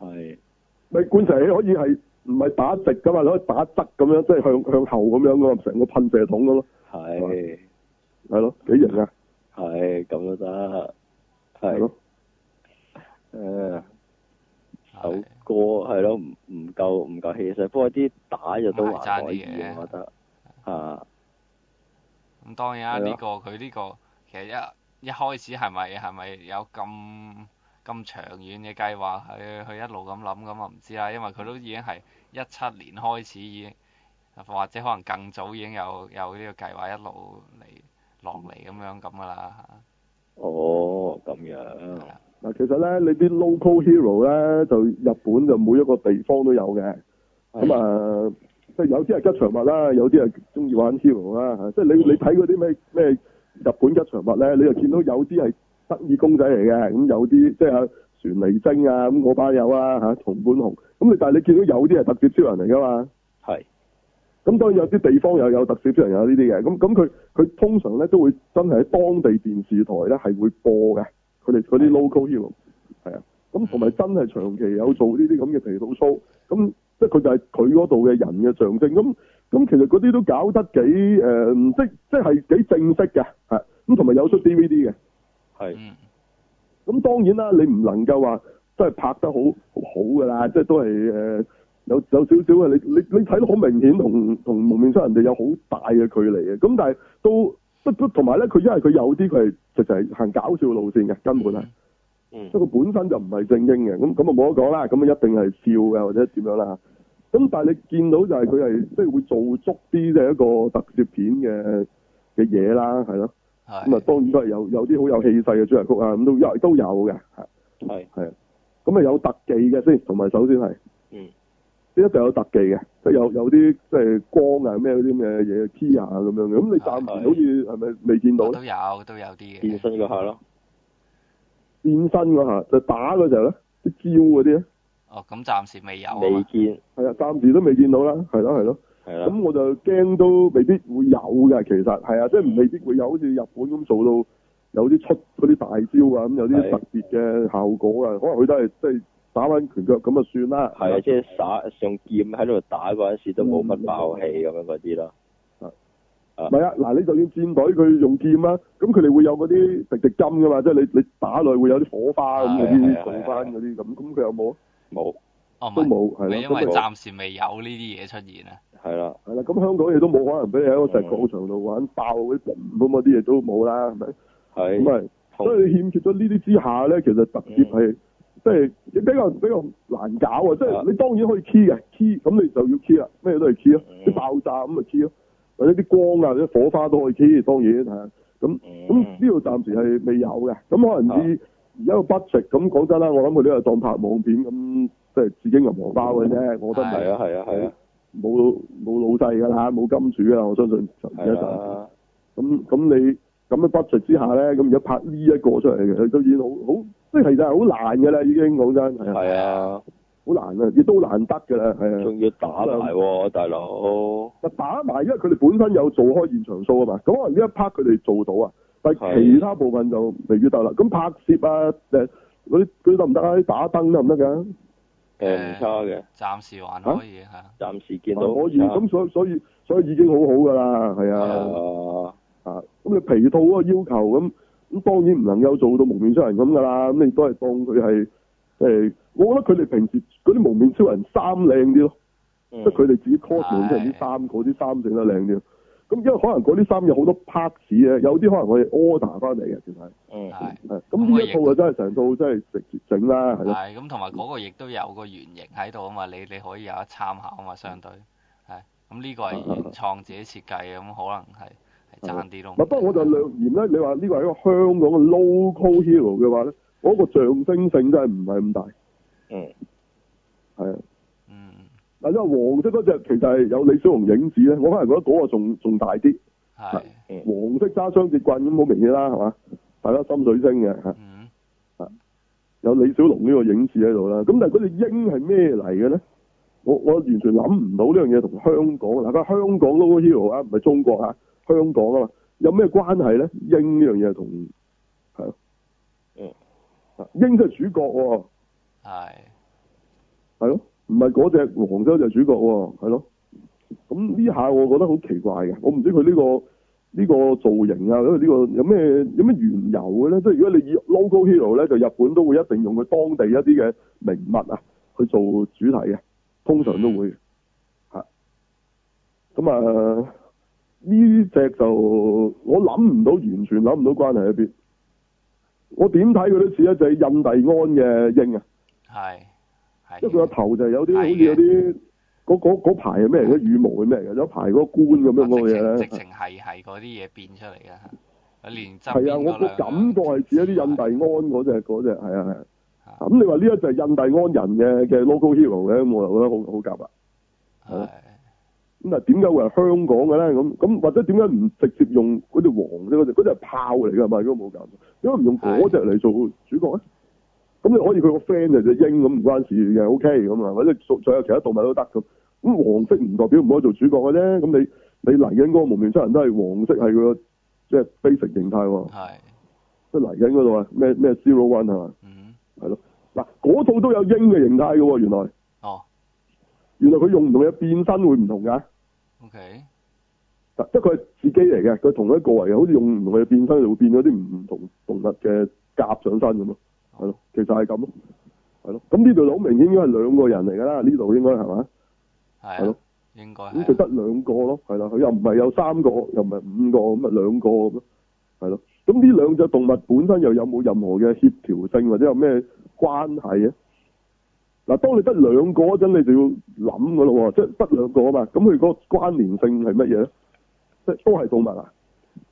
Speaker 2: 係
Speaker 1: 咪罐石可以係唔係打直噶嘛？你可以打側咁樣，即係向向後咁樣噶嘛，成個噴射筒咁咯，
Speaker 2: 係
Speaker 1: 係咯，幾型啊，
Speaker 2: 係咁都得，
Speaker 1: 係
Speaker 2: 係
Speaker 1: 咯，
Speaker 2: 誒首
Speaker 3: 係
Speaker 2: 歌係咯，唔唔夠唔夠氣勢，不過啲打就都還可以
Speaker 3: 咁係爭啲，嘅嗯
Speaker 2: 我覺得啊嚇
Speaker 3: 咁當然啦，
Speaker 2: 係
Speaker 1: 啊
Speaker 2: 咯
Speaker 3: 呢個佢呢個其實一一開始係咪係咪有咁咁長遠嘅計劃？佢佢一路咁諗咁啊，唔知啦，因為佢都已經係一七年開始已經，或者可能更早已經有有呢個計劃一路嚟落嚟咁樣咁噶啦。
Speaker 2: 哦咁樣，
Speaker 1: 嗱，其實咧，你啲 local hero 咧，就日本就每一個地方都有嘅，咁啊，即係有啲係吉祥物啦，有啲係中意玩 hero 啦，即係你你睇嗰啲咩咩日本吉祥物咧，你就見到有啲係得意公仔嚟嘅，咁有啲即係啊船泥精啊，咁嗰班有啊嚇，松本紅，咁你但係你見到有啲係特攝超人嚟噶嘛。
Speaker 2: 係
Speaker 1: 咁當然有啲地方又有特攝超人有呢啲嘅，咁咁佢佢通常咧都會真係喺當地電視台咧係會播嘅，佢哋嗰啲 local hero 係啊，咁同埋真係長期有做呢啲咁嘅皮套 show，咁即係佢就係佢嗰度嘅人嘅象徵，咁咁其實嗰啲都搞得幾誒、呃即即係幾正式嘅，係咁同埋有出 DVD 嘅，
Speaker 2: 係
Speaker 3: 嗯，
Speaker 1: 咁當然啦，你唔能夠話真係拍得好好好㗎啦，即係都係誒、呃有有少少啊！你你你睇得好明顯，同同蒙面超人哋有好大嘅距離嘅。咁但係都不不同埋咧，佢因為佢有啲佢係直情係行搞笑路線嘅，根本係啊
Speaker 2: 嗯
Speaker 1: 即係佢本身就唔係正經嘅。咁咁啊冇得講啦，咁啊一定係笑嘅或者點樣啦。咁但係你見到就係佢係即係會做足啲嘅一個特攝片嘅嘅嘢啦，係咯。咁啊
Speaker 3: 嗯係。
Speaker 1: 當然都係有有啲好有氣勢嘅主題曲啊，咁都有都有嘅。係
Speaker 2: 係
Speaker 1: 咁啊有特技嘅先，同埋首先係，
Speaker 2: 嗯，
Speaker 1: 即一定有特技嘅，即係有有啲即係光啊咩嗰啲咩嘢 key 啊咁樣嘅，咁你暫時好似係咪未見
Speaker 2: 啊
Speaker 1: 到咧？
Speaker 3: 都有都有啲
Speaker 2: 變
Speaker 3: 嘅，
Speaker 2: 身嗰下咯，
Speaker 1: 變身嗰下就打嗰時候咧，啲招嗰啲咧，
Speaker 3: 哦咁暫時未有啊
Speaker 2: 未
Speaker 3: 嘛，
Speaker 2: 見
Speaker 1: 係啊，暫時都未見到啦，係咯係咯，
Speaker 2: 係啊啦。
Speaker 1: 咁我就驚都未必會有嘅，其實係啊，即係未必會有好似日本咁做到有啲出嗰啲大招啊，咁有啲
Speaker 2: 係
Speaker 1: 特別嘅效果啊，可能佢都係即係打翻拳腳咁啊算啦，
Speaker 2: 係啊，即係耍用劍喺度打嗰陣時都冇
Speaker 3: 嗯
Speaker 2: 乜爆氣咁樣嗰啲咯。
Speaker 1: 唔係啊，嗱，你就算戰隊佢用劍啦，咁佢哋會有嗰啲滴滴金噶嘛，即係你你打落去會有啲火花咁
Speaker 3: 係
Speaker 1: 嗰
Speaker 2: 係
Speaker 1: 啲做
Speaker 2: 係
Speaker 1: 翻嗰啲咁，咁佢有冇啊？
Speaker 2: 冇，
Speaker 3: 哦唔
Speaker 1: 都
Speaker 3: 係，
Speaker 1: 冇，係
Speaker 3: 係
Speaker 1: 啦，
Speaker 3: 因為
Speaker 1: 咁啊
Speaker 3: 暫時未有呢啲嘢出現啊，
Speaker 2: 係啦，
Speaker 1: 係啦，咁香港亦都冇可能俾你喺個石礦場度玩爆嗰啲咁嗰啲嘢都冇啦，係咪？
Speaker 2: 係
Speaker 1: 咁啊，所以欠缺咗呢啲之下咧，其實特別係即係比較比較難搞啊！即
Speaker 2: 啊
Speaker 1: 係你當然可以 key 嘅 key，咁你就要 key 啦，咩都係 key 咯，
Speaker 2: 嗯
Speaker 1: 啲爆炸咁咪 key 咯，或者啲光啊、或者火花都可以 key，當然係啊咁。
Speaker 2: 嗯
Speaker 1: 咁呢度暫時係未有嘅，咁可能
Speaker 2: 啊
Speaker 1: 以而家個 budget 咁講真啦，我諗佢都係當拍網片咁，即係自己銀荷包嘅啫。我覺得唔
Speaker 2: 係
Speaker 1: 係
Speaker 2: 啊係啊係啊
Speaker 1: 冇冇老細㗎啦，冇金主㗎啦，我相信啊就而
Speaker 2: 係啊
Speaker 1: 家就
Speaker 2: 啦，
Speaker 1: 咁咁你咁嘅 budget 之下咧，咁而家拍呢一個出嚟嘅，都已經好好，即係其實係好難㗎啦，已經講真係啊
Speaker 2: 係啊，
Speaker 1: 好難啊，亦都難得㗎啦，係啊。
Speaker 2: 仲要打埋喎，大佬。
Speaker 1: 嗱打埋，因為佢哋本身有做開現場 show 啊嘛，咁可能呢一 part 佢哋做到啊，但係
Speaker 2: 係
Speaker 1: 其他部分就未必得啦。咁拍攝啊，誒、嗰啲嗰啲得唔得啊？啲打燈得唔得㗎？
Speaker 2: 诶唔差嘅，
Speaker 3: 暫時還
Speaker 1: 啊
Speaker 3: 可以啊嚇。
Speaker 2: 暫時見到啊唔
Speaker 1: 可以，
Speaker 2: 差
Speaker 1: 咁所以所以所以已經好好㗎啦，係啊。
Speaker 2: 啊
Speaker 1: 啊，咁你皮套嗰個要求咁，咁當然唔能夠做到蒙面超人咁噶啦，咁你都係當佢係誒，我覺得佢哋平時嗰啲蒙面超人衫靚啲咯，
Speaker 2: 嗯
Speaker 1: 即係佢哋自己 cos 蒙面超人啲
Speaker 3: 係
Speaker 1: 衫，嗰啲衫整得靚啲咯。咁因為可能嗰啲衫有好多 parts 嘅，有啲可能我哋 order 翻嚟嘅，其實係
Speaker 2: 嗯
Speaker 3: 係
Speaker 1: 係咁呢一套啊真係成套真係直接整啦，係咯。
Speaker 3: 係咁，同埋嗰個亦都有個原型喺度啊嘛，你你可以有得參考啊嘛，相對係咁呢個
Speaker 1: 啊
Speaker 3: 係原創自己設計嘅，咁可能係係爭啲咯。
Speaker 1: 啊嗱，不過我就略言咧，你話呢個係一個香港嘅 local hero 嘅話咧，我嗰個象徵性真係唔係咁大，
Speaker 2: 嗯
Speaker 1: 係啊。
Speaker 3: 嗯
Speaker 1: 嗱，因為黃色嗰只其實係有李小龍影子咧，我反而覺得嗰個仲仲大啲。
Speaker 3: 係
Speaker 1: 黃色揸雙截棍咁好明顯啦，係嘛？係啦，深水清嘅，嚇
Speaker 3: 嗯
Speaker 1: 有李小龍呢個影子喺度啦。咁但係嗰隻鷹係咩嚟嘅咧？我我完全諗唔到呢樣嘢同香港嗱，佢係香港 local hero 啊，唔係中國啊，香港啊嘛，有咩關係咧？鷹呢樣嘢同係咯，
Speaker 2: 嗯
Speaker 1: 啊，鷹即係主角喎、
Speaker 3: 係
Speaker 1: 係咯，唔係嗰隻黃州隻主角喎，係咯。咁呢下我覺得好奇怪嘅，我唔知佢呢、個呢、個造型啊，因為呢個有咩有咩緣由嘅咧？即係如果你以 local hero 咧，就日本都會一定用佢當地一啲嘅名物啊去做主題嘅，通常都會嚇。咁啊，呢只就我諗唔到，完全諗唔到關係喺邊。我點睇佢都似一隻印第安嘅鷹啊！
Speaker 3: 係係。啊
Speaker 1: 即係佢個頭就有啲好
Speaker 3: 係嘅啊
Speaker 1: 似有啲嗰嗰嗰排係咩嚟嘅？羽毛係咩嚟嘅？有一排嗰個冠咁樣嗰個嘢
Speaker 3: 直
Speaker 1: 咧
Speaker 3: 情，直情啊係係嗰啲嘢變出嚟嘅嚇，佢連
Speaker 1: 係
Speaker 3: 側
Speaker 1: 啊！
Speaker 3: 邊
Speaker 1: 我
Speaker 3: 嗰
Speaker 1: 個
Speaker 3: 兩
Speaker 1: 感覺係似一啲印第
Speaker 3: 係
Speaker 1: 安嗰只嗰只係啊係啊。
Speaker 3: 啊
Speaker 1: 咁你話呢一隻印第安人嘅嘅 local hero 嘅，咁我就覺得好好夾啦。
Speaker 3: 係
Speaker 1: 咁但係點解會係香港嘅咧？咁咁或者點解唔直接用嗰隻黃色嗰隻？嗰隻係炮嚟㗎嘛？如果冇搞錯，點解唔用嗰隻嚟做主角咧？咁你可以佢個 friend 就隻鷹咁唔關事嘅，OK 咁啊，或者仲仲有其他動物都得咁。咁黃色唔代表唔可以做主角嘅啫。咁你你嚟緊嗰個蒙面超人都係黃色係佢個即係 basic 形態喎，
Speaker 3: 係
Speaker 1: 即係嚟緊嗰度啊咩咩 zero one 係嘛？
Speaker 3: 嗯
Speaker 1: 係咯，嗱嗰套都有鷹嘅形態嘅喎，原來
Speaker 3: 哦
Speaker 1: 原來佢用唔同嘅變身會唔同㗎。
Speaker 3: OK
Speaker 1: 即係佢係自己嚟嘅，佢同一個嚟嘅，好似用唔同嘅變身就會變咗啲唔同動物嘅甲上身咁咯，係咯，其實係咁咯，係咯，咁呢度就好明顯應該係兩個人嚟㗎啦，呢度應該係嘛？係
Speaker 3: 係啊
Speaker 1: 咯，
Speaker 3: 應該
Speaker 1: 咁就
Speaker 3: 係
Speaker 1: 得兩個咯，係啦，佢又唔係有三個，又唔係五個，咁啊兩個咁咯，係咯，咁呢兩隻動物本身又有冇任何嘅協調性或者有咩關係啊？嗱，當你得兩個嗰陣，你就要諗㗎咯喎，即係得兩個啊嘛，咁佢嗰個關聯性係乜嘢咧？即係都係動物啊？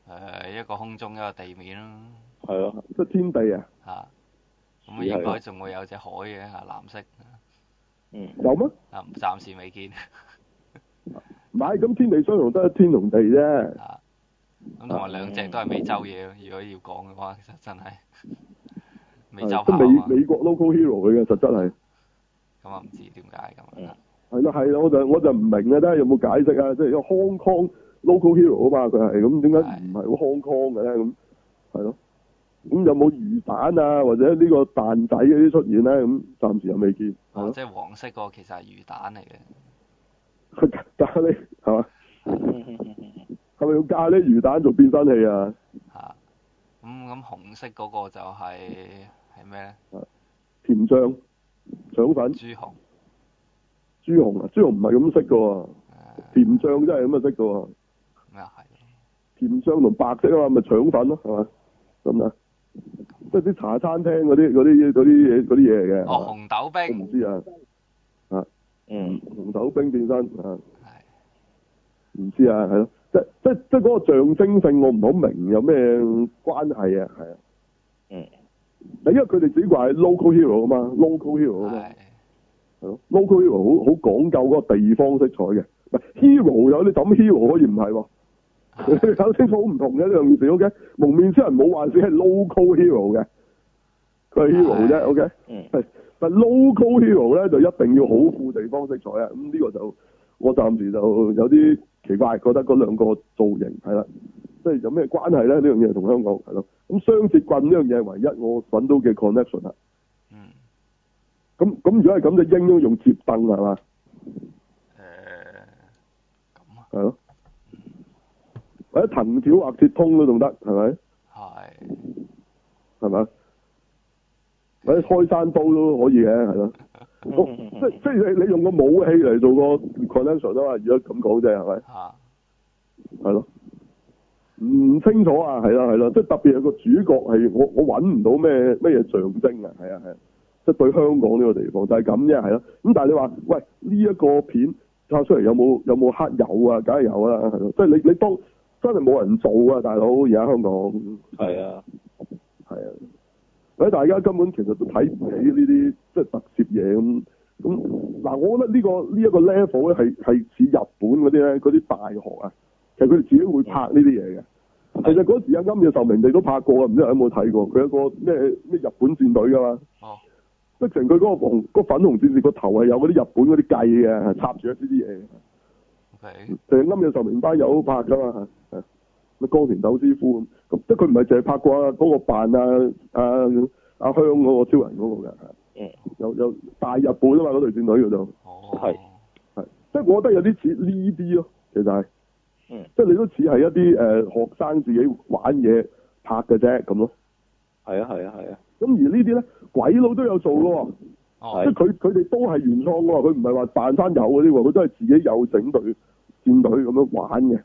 Speaker 3: 誒一個空中一個地面咯
Speaker 2: 係咯
Speaker 1: 即係天地啊，
Speaker 3: 嚇，咁
Speaker 2: 似係
Speaker 3: 應該仲會有隻海嘅嚇藍色
Speaker 2: 嗯
Speaker 1: 有咩？
Speaker 3: 啊，暫時未見
Speaker 1: 唔係咁天地相容得一天同地啫，
Speaker 3: 嚇。啊咁
Speaker 1: 啊
Speaker 3: 同埋兩隻都係美洲嘢，如果要講嘅話，其實真係美洲
Speaker 1: 係
Speaker 3: 豹
Speaker 1: 都
Speaker 3: 啊嘛
Speaker 1: 啊美美國 local hero 佢嘅實質係
Speaker 3: 咁啊唔知點解咁啊
Speaker 1: 係啦係啦，我就我就唔明啊，睇下有冇解釋啊，即係有 Hong Kong local hero 啊嘛，佢係咁點解唔係好 Hong Kong 嘅咧？咁係咯，咁有冇魚蛋啊或者呢個蛋仔嗰啲出現咧？咁暫時又未見，係
Speaker 3: 哦
Speaker 1: 咯，
Speaker 3: 即係黃色嗰個其實係魚蛋嚟嘅，啊
Speaker 1: 咖喱係嘛？
Speaker 2: 嗯
Speaker 1: 係咪用咖喱魚蛋做變身器啊？
Speaker 3: 嚇。咁咁紅色嗰個就係係咩咧？
Speaker 1: 甜醬、腸粉、
Speaker 3: 朱紅
Speaker 1: 豬紅啊，豬紅唔係咁色嘅喎，
Speaker 3: 誒
Speaker 1: 甜醬真係咁嘅色嘅喎。
Speaker 3: 啊咩啊？係
Speaker 1: 甜醬同白色啊嘛，咪腸粉咯，係嘛？得唔得？即係啲茶餐廳嗰啲嗰啲嗰啲嘢嗰啲嘢嚟嘅。
Speaker 3: 哦，紅豆
Speaker 1: 我
Speaker 3: 冰
Speaker 1: 唔知啊，
Speaker 2: 嗯
Speaker 1: 紅豆冰變身啊，
Speaker 3: 係
Speaker 1: 唔知啊，係咯，即即即嗰個象徵性我唔好明有咩關係啊，係啊。
Speaker 2: 嗯。
Speaker 1: 因為佢哋只話係 local hero 啊嘛，local hero 啊嘛，
Speaker 3: 係
Speaker 1: 係咯，local hero 好好講究嗰個地方色彩嘅，唔係 hero 有你抌 hero 可以唔係喎。
Speaker 3: 係
Speaker 1: 搞清楚好啊唔同嘅呢兩件事，OK？蒙面超人冇話自己係 local hero 嘅，佢係 hero 啫
Speaker 3: 係
Speaker 1: ，OK？
Speaker 2: 嗯
Speaker 1: 係，但 local hero 咧就一定要好富地方色彩啊！咁呢個就我暫時就有啲奇怪，覺得嗰兩個造型係啦，即係有咩關係咧？呢樣嘢同香港係咯。咁雙節棍呢樣嘢係唯一我揾到嘅 connection 啦，
Speaker 3: 嗯
Speaker 1: 咁咁如果係咁，就應該用摺凳係嘛？
Speaker 3: 誒咁啊
Speaker 1: 係咯，或者藤條或鐵通都仲得，係咪？
Speaker 3: 啊，
Speaker 1: 係咪？或者開山刀都可以嘅，係咯。咁即即係你你用個武器嚟做個 connection 啊嘛，如果咁講啫，係咪？
Speaker 3: 係嚇
Speaker 1: 係咯，唔清楚啊，係啦係啦，即係特別係個主角係我我揾唔到咩咩嘢象徵啊，係啊係啊，即係對香港呢個地方就係咁啫，係啦。咁但係你話喂呢一、個片拍出嚟有冇有冇黑有啊？梗係有啦，係咯，即係你你當真係冇人做啊，大佬而家香港
Speaker 2: 係啊，
Speaker 1: 係啊，所以大家根本其實都睇唔起呢啲即係特攝嘢咁。咁嗱，我覺得呢、個呢一、個 level 咧係係似日本嗰啲咧嗰啲大學啊，其實佢哋自己會拍呢啲嘢嘅。其實嗰時阿啊庵野秀明地都拍過啊，唔知你有冇睇過？佢有個咩咩日本戰隊噶嘛，
Speaker 3: 哦
Speaker 1: 即成佢嗰個紅、嗰個粉紅戰士個頭係有嗰啲日本嗰啲計嘅，係插住一啲啲嘢。
Speaker 3: ，OK
Speaker 1: 就係庵野秀明班友拍噶嘛，係咪江田斗師傅咁，咁即係佢唔係淨係拍過嗰個扮啊啊阿香嗰個超人嗰個嘅，係
Speaker 2: 嗯
Speaker 1: 有有大日本啊嘛嗰隊戰隊嗰度，
Speaker 3: 哦
Speaker 2: 係
Speaker 1: 係即係我覺得有啲似呢啲咯，其實係，
Speaker 2: 嗯
Speaker 1: 即係你都似係一啲誒、呃、學生自己玩嘢拍嘅啫咁咯，
Speaker 2: 係啊，係啊，係啊，
Speaker 1: 咁而呢啲咧鬼佬都有做嘅喎。
Speaker 3: 哦
Speaker 1: 即係佢佢哋都係原創喎，佢唔係話扮翻有嗰啲喎，佢都係自己有整隊戰隊咁樣玩嘅，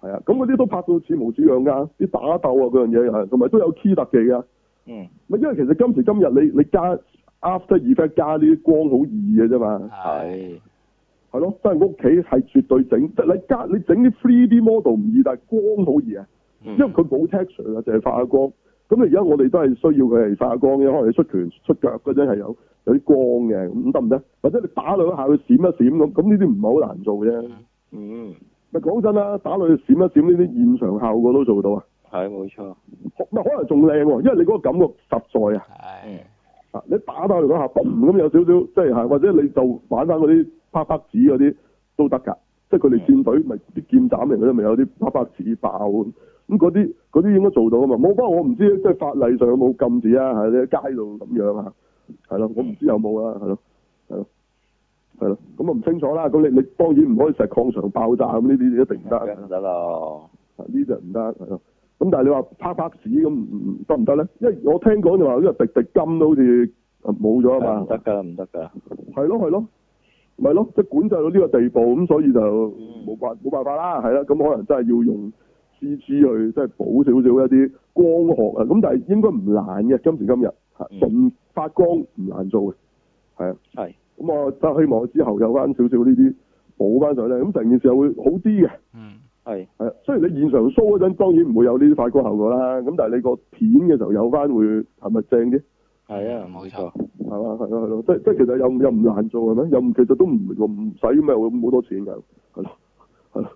Speaker 1: 係啊，咁嗰啲都拍到似模似樣㗎，啲打鬥啊嗰樣嘢係，同埋都有 key 特技㗎。
Speaker 2: 嗯，
Speaker 1: 咪因為其實今時今日你你加 After Effect 加呢啲光好易嘅啫嘛，
Speaker 3: 係
Speaker 2: 係，
Speaker 1: 係咯，真係屋企係絕對整，即係你加你整啲 3D model 唔易，但係光好易啊，
Speaker 2: ừ, 嗯
Speaker 1: 因為佢冇 texture 啊，淨係發下光。咁你啊而家我哋都係需要佢係發下光嘅，可能你出拳出腳嗰陣係有有啲光嘅，咁得唔得？或者你打兩下佢閃一閃咁，咁呢啲唔係好難做啫。
Speaker 2: 嗯，
Speaker 1: 咪講真啦，打落去閃一閃呢啲現場效果都做到啊！
Speaker 2: 係冇錯，
Speaker 1: 可咪可能仲靚喎，因為你嗰個感覺實在啊！
Speaker 3: 係
Speaker 1: 啊你打打佢嗰下，嘣咁有少少即係嚇，或者你就玩翻嗰啲啪啪子嗰啲都得㗎。即係佢哋戰隊咪啲劍斬嚟嗰啲，咪有啲啪啪子爆咁。咁嗰啲嗰啲應該做到啊嘛。冇不過我唔知即係法例上有冇禁止啊，喺街度咁樣啊，係咯，我唔知有冇啊，係咯，係咯，係咯。咁啊唔清楚啦。咁你你當然唔可以石礦場爆炸咁呢啲一定唔得啊。
Speaker 2: 得咯，
Speaker 1: 啊呢就唔得係咯。咁但係你話啪啪屎咁唔唔得唔得咧？因為我聽講就話因為滴滴金都好似啊冇咗啊
Speaker 2: 唔
Speaker 1: 嘛，
Speaker 2: 得㗎，唔得㗎，
Speaker 1: 係咯係咯，咪咯，即係管制到呢個地步，咁所以就冇辦冇辦法啦，係啦，咁可能真係要用 C G 去即係補少少一啲光學啊，咁但係應該唔難嘅，今時今日嚇
Speaker 2: 嗯
Speaker 1: 純發光唔難做嘅，係啊，
Speaker 2: 係，
Speaker 1: 咁我真係希望之後有翻少少呢啲補翻上咧，咁成件事又會好啲嘅。
Speaker 3: 嗯
Speaker 2: 係，
Speaker 1: 係啊，雖然你現場 show 嗰陣當然唔會有呢啲快歌效果啦，咁但係你個片嘅時候有翻會係咪正啲？
Speaker 2: 係啊，
Speaker 3: 嗯冇
Speaker 2: 冇
Speaker 3: 錯
Speaker 2: 錯，
Speaker 1: 係嘛？係咯係咯，即係即係其實又唔又唔難做係咪？又唔其實都唔唔使咩好多錢㗎，係咯係咯。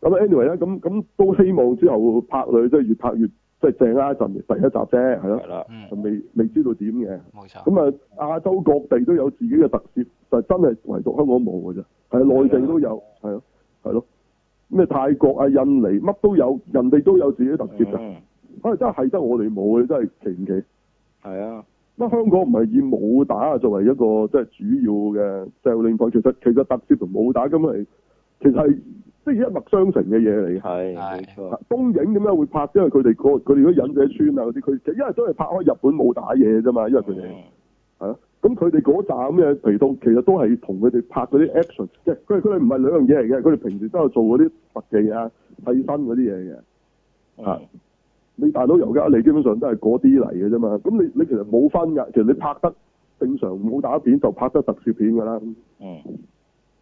Speaker 1: 咁啊 anyway 啦，咁咁都希望之後拍佢即係越拍越即係正啦，就第一集啫，係咯
Speaker 2: 係，啦，
Speaker 3: 嗯
Speaker 1: 就未未知道點嘅。
Speaker 3: 冇錯
Speaker 1: 咁啊，亞洲各地都有自己嘅特攝，就真係唯獨香港冇嘅啫。係內地都有，係咯，係咯。咩泰國啊、印尼乜都有，人哋都有自己特攝㗎。
Speaker 2: 嗯，
Speaker 1: 可能真係得我哋冇嘅，真係奇唔奇？
Speaker 2: 係啊，
Speaker 1: 乜香港唔係以武打作為一個即係主要嘅 selling point，其實其實特攝同武打咁係其實係即係一脈相承嘅嘢嚟嘅。
Speaker 2: 係，
Speaker 3: 係
Speaker 2: 冇錯，
Speaker 1: 東影點解會拍？因為佢哋個佢哋嗰忍者村啊嗰啲，佢因為都係拍開日本武打嘢啫嘛，因為佢哋。
Speaker 2: 嗯
Speaker 1: 係啊，咁佢哋嗰扎咁嘅皮套，其實都係同佢哋拍嗰啲 action，即係佢哋佢哋唔係兩樣嘢嚟嘅，佢哋平時都有做嗰啲特技啊、替身嗰啲嘢嘅。啊
Speaker 2: 嗯
Speaker 1: 你大佬尤加利基本上都係嗰啲嚟嘅啫嘛，咁你你其實冇分㗎，其實你拍得正常武打片就拍得特攝片㗎啦，
Speaker 2: 嗯，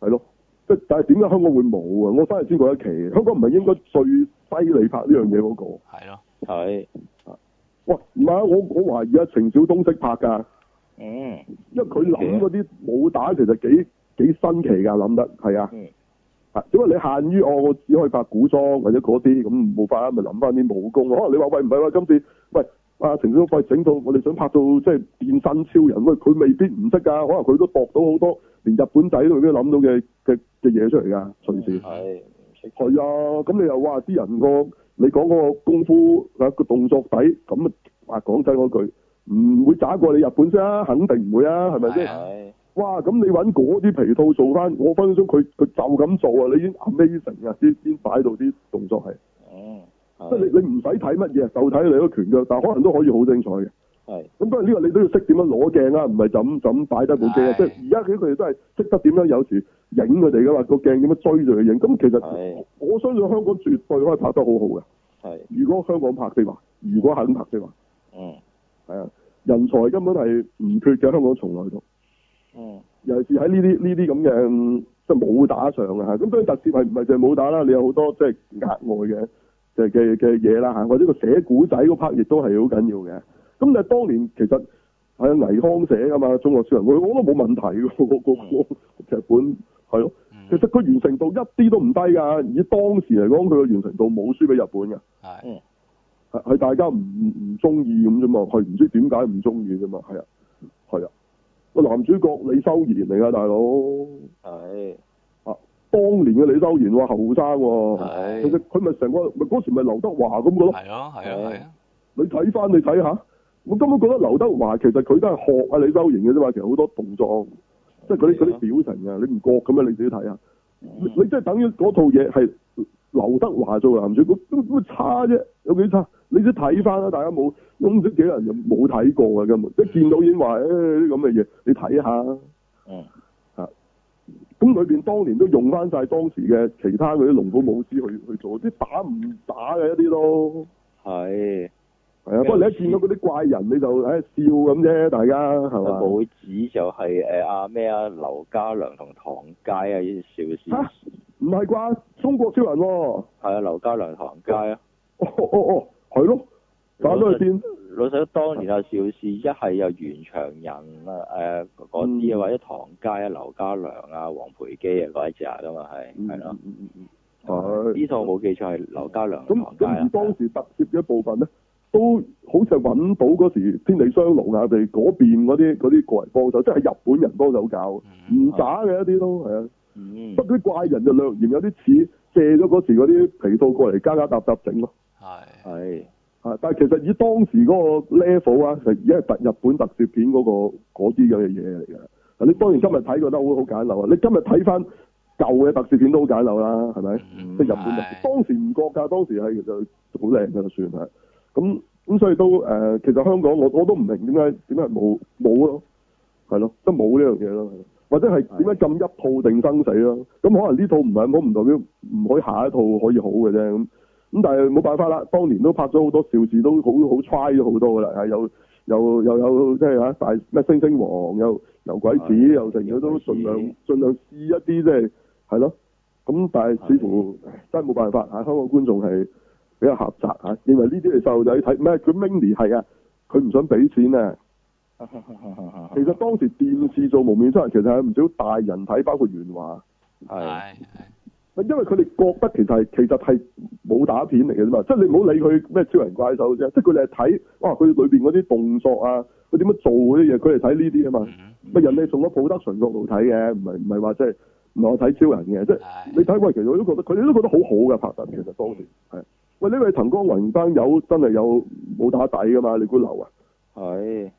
Speaker 1: 係咯。即係但係點解香港會冇啊？我反而先覺得奇，香港唔係應該最犀利拍呢樣嘢嗰個？
Speaker 3: 係咯，
Speaker 2: 係，
Speaker 1: 哇！唔係啊，我我懷疑啊，程小東識拍㗎，
Speaker 2: 嗯，
Speaker 1: 因為佢諗嗰啲武打其實幾幾新奇㗎，諗得係啊。
Speaker 2: 嗯，
Speaker 1: 啊，因為你限於我，我只可以拍古裝或者嗰啲，咁冇法啦，咪諗翻啲武功。可能你話喂唔係喎，今次喂阿程小輝整到我哋想拍到即係變身超人，喂佢未必唔識㗎，可能佢都度到好多連日本仔都未必諗到嘅嘅嘅嘢出嚟㗎，隨時。
Speaker 2: 係，唔識，
Speaker 1: 係啊，咁你又話啲人個你講嗰個功夫啊個動作底，咁啊講真嗰句，唔會打過你日本啫，肯定唔會啊，係咪
Speaker 3: 係
Speaker 1: 先
Speaker 3: 啊？
Speaker 2: 係
Speaker 1: 哇！咁你揾嗰啲皮套做翻，我分分鐘佢佢就咁做啊！你已經 amazing 啊，先先擺到啲動作係，
Speaker 2: 嗯
Speaker 1: 即係你你唔使睇乜嘢，就睇你嗰拳腳，但可能都可以好精彩嘅。
Speaker 2: 係
Speaker 1: 咁當然呢個你都要識點樣攞鏡啊啦，唔係就咁就咁擺低部鏡啊！
Speaker 3: 係
Speaker 1: 即係而家佢哋都係識得點樣有時影佢哋噶嘛，個鏡點樣追住佢影。咁其實
Speaker 2: 係
Speaker 1: 我相信香港絕對可以拍得好好嘅。
Speaker 2: 係
Speaker 1: 如果香港拍的話，如果肯拍的話，
Speaker 2: 嗯
Speaker 1: 係啊，人才根本係唔缺嘅，香港從來都。
Speaker 2: 嗯
Speaker 1: 尤其是喺呢啲呢啲咁嘅嗯即係武打上啊，咁所以特攝係唔係淨係武打啦？你有好多即係額外嘅嘅嘅嘅嘢啦嚇，或者個寫古仔嗰 part 亦都係好緊要嘅。咁但係當年其實係啊倪匡寫噶嘛，中國超人，我我都冇問題嘅， 個個個劇本係咯。
Speaker 3: 嗯
Speaker 1: 其實佢完成度一啲都唔低㗎，以當時嚟講，佢個完成度冇輸俾日本嘅，
Speaker 3: 係
Speaker 1: 係係大家唔唔唔中意咁啫嘛，係唔知點解唔中意啫嘛，係啊係啊，個男主角李修賢嚟㗎，大佬。
Speaker 2: 係
Speaker 1: 當年嘅李修賢喎，後生喎，
Speaker 3: 係
Speaker 1: 其實佢咪成個咪嗰時咪劉德華咁嘅咯。
Speaker 3: 係咯，係啊，係啊，
Speaker 1: 你睇翻你睇下，我根本覺得劉德華其實佢都係學啊李修賢嘅啫嘛。其實好多動作，即係嗰啲嗰啲表情啊，你唔覺咁樣你自己睇下。
Speaker 2: ừ,
Speaker 1: 你你即係等於嗰套嘢係劉德華做男主角，咁咁差啫，有幾差？你都睇翻啦，大家冇，我唔知幾多人就冇睇過啊，根本即係見到已經話誒啲咁嘅嘢，你睇下。
Speaker 2: 嗯
Speaker 1: 咁裏邊當年都用翻晒當時嘅其他嗰啲龍虎武師去去做，啲打唔打嘅一啲都
Speaker 2: 係
Speaker 1: 係啊。不過你一見到嗰啲怪人你就唉笑咁啫，大家係嘛？
Speaker 2: 武指就係誒阿咩啊劉家良同唐佳啊呢啲
Speaker 1: 嚇
Speaker 2: 邵氏
Speaker 1: 唔係啩？中國超人喎、哦
Speaker 2: 係啊劉家良唐佳啊。
Speaker 1: 哦哦，係咯，打咗去先。
Speaker 2: 老實講，當年阿邵氏一係又袁長仁啊，誒嗰啲啊，或者唐佳啊、劉家良啊、黃培基啊嗰一隻噶嘛，係係咯。
Speaker 1: 嗯係
Speaker 2: 呢套我冇記錯係劉家良、
Speaker 1: 咁
Speaker 2: 唐
Speaker 1: 咁
Speaker 2: 佳
Speaker 1: 而
Speaker 2: 啊。
Speaker 1: 當時特攝嘅一部分咧，都好似係揾到嗰時天地雙龍啊，我哋嗰邊嗰啲嗰啲過嚟幫手，即係日本人幫手搞，
Speaker 3: 嗯
Speaker 1: 唔渣嘅一啲都係啊。
Speaker 2: 嗯
Speaker 1: 不過啲怪人就略嫌有啲似借咗嗰時嗰啲皮套過嚟加加搭搭整咯，
Speaker 3: 係
Speaker 2: 係
Speaker 1: 啊！但係其實以當時嗰個 level 啊，其實而家係特日本特攝片嗰、個嗰啲咁嘅嘢嚟㗎。啊你當然今日睇覺得好好簡陋啊！你今日睇翻舊嘅特攝片都好簡陋啦，係咪？
Speaker 3: 嗯
Speaker 1: 即係日本特攝，
Speaker 3: 係
Speaker 1: 當時唔覺㗎，當時係其實好靚㗎啦，算係。咁咁所以都誒、呃其實香港我我都唔明點解點解冇冇咯，係咯，即係冇呢樣嘢咯，係咯或者係點解咁一套定生死咯？咁可能呢套唔係好唔代表唔可以下一套可以好嘅啫咁。咁但係冇辦法啦，當年都拍咗好多邵氏都好好 try 咗好多㗎啦，係有又又有即係嚇大咩星星王，又有鬼子，
Speaker 2: 係
Speaker 1: 又成佢都盡量
Speaker 2: 有鬼
Speaker 1: 盡量試一啲即係係咯。咁但係似乎唉真係冇辦法啊嚇，香港觀眾係比較狹窄嚇，認為呢啲係細路仔睇，唔係佢 mini 係啊，佢唔想俾錢啊。其實當時電視做蒙面超人，其實係唔少大人睇，包括元華。
Speaker 2: 係
Speaker 3: 係係
Speaker 1: 因為佢哋覺得其實係其實係武打片嚟嘅啫嘛，即係你唔好理佢咩超人怪獸啫，即係佢哋係睇哇佢裏邊嗰啲動作啊，佢點樣做嗰啲嘢，佢哋睇呢啲啊嘛。
Speaker 3: 嗯
Speaker 1: 咪人哋仲有普德純角度睇嘅，唔係唔係話即係唔係話睇超人嘅，即係
Speaker 3: 係
Speaker 1: 你睇喂，其實我都覺得佢哋都覺得好好嘅拍得，其實當時係喂呢位滕光雲班友真係有武打底噶嘛？你估流啊？
Speaker 2: 係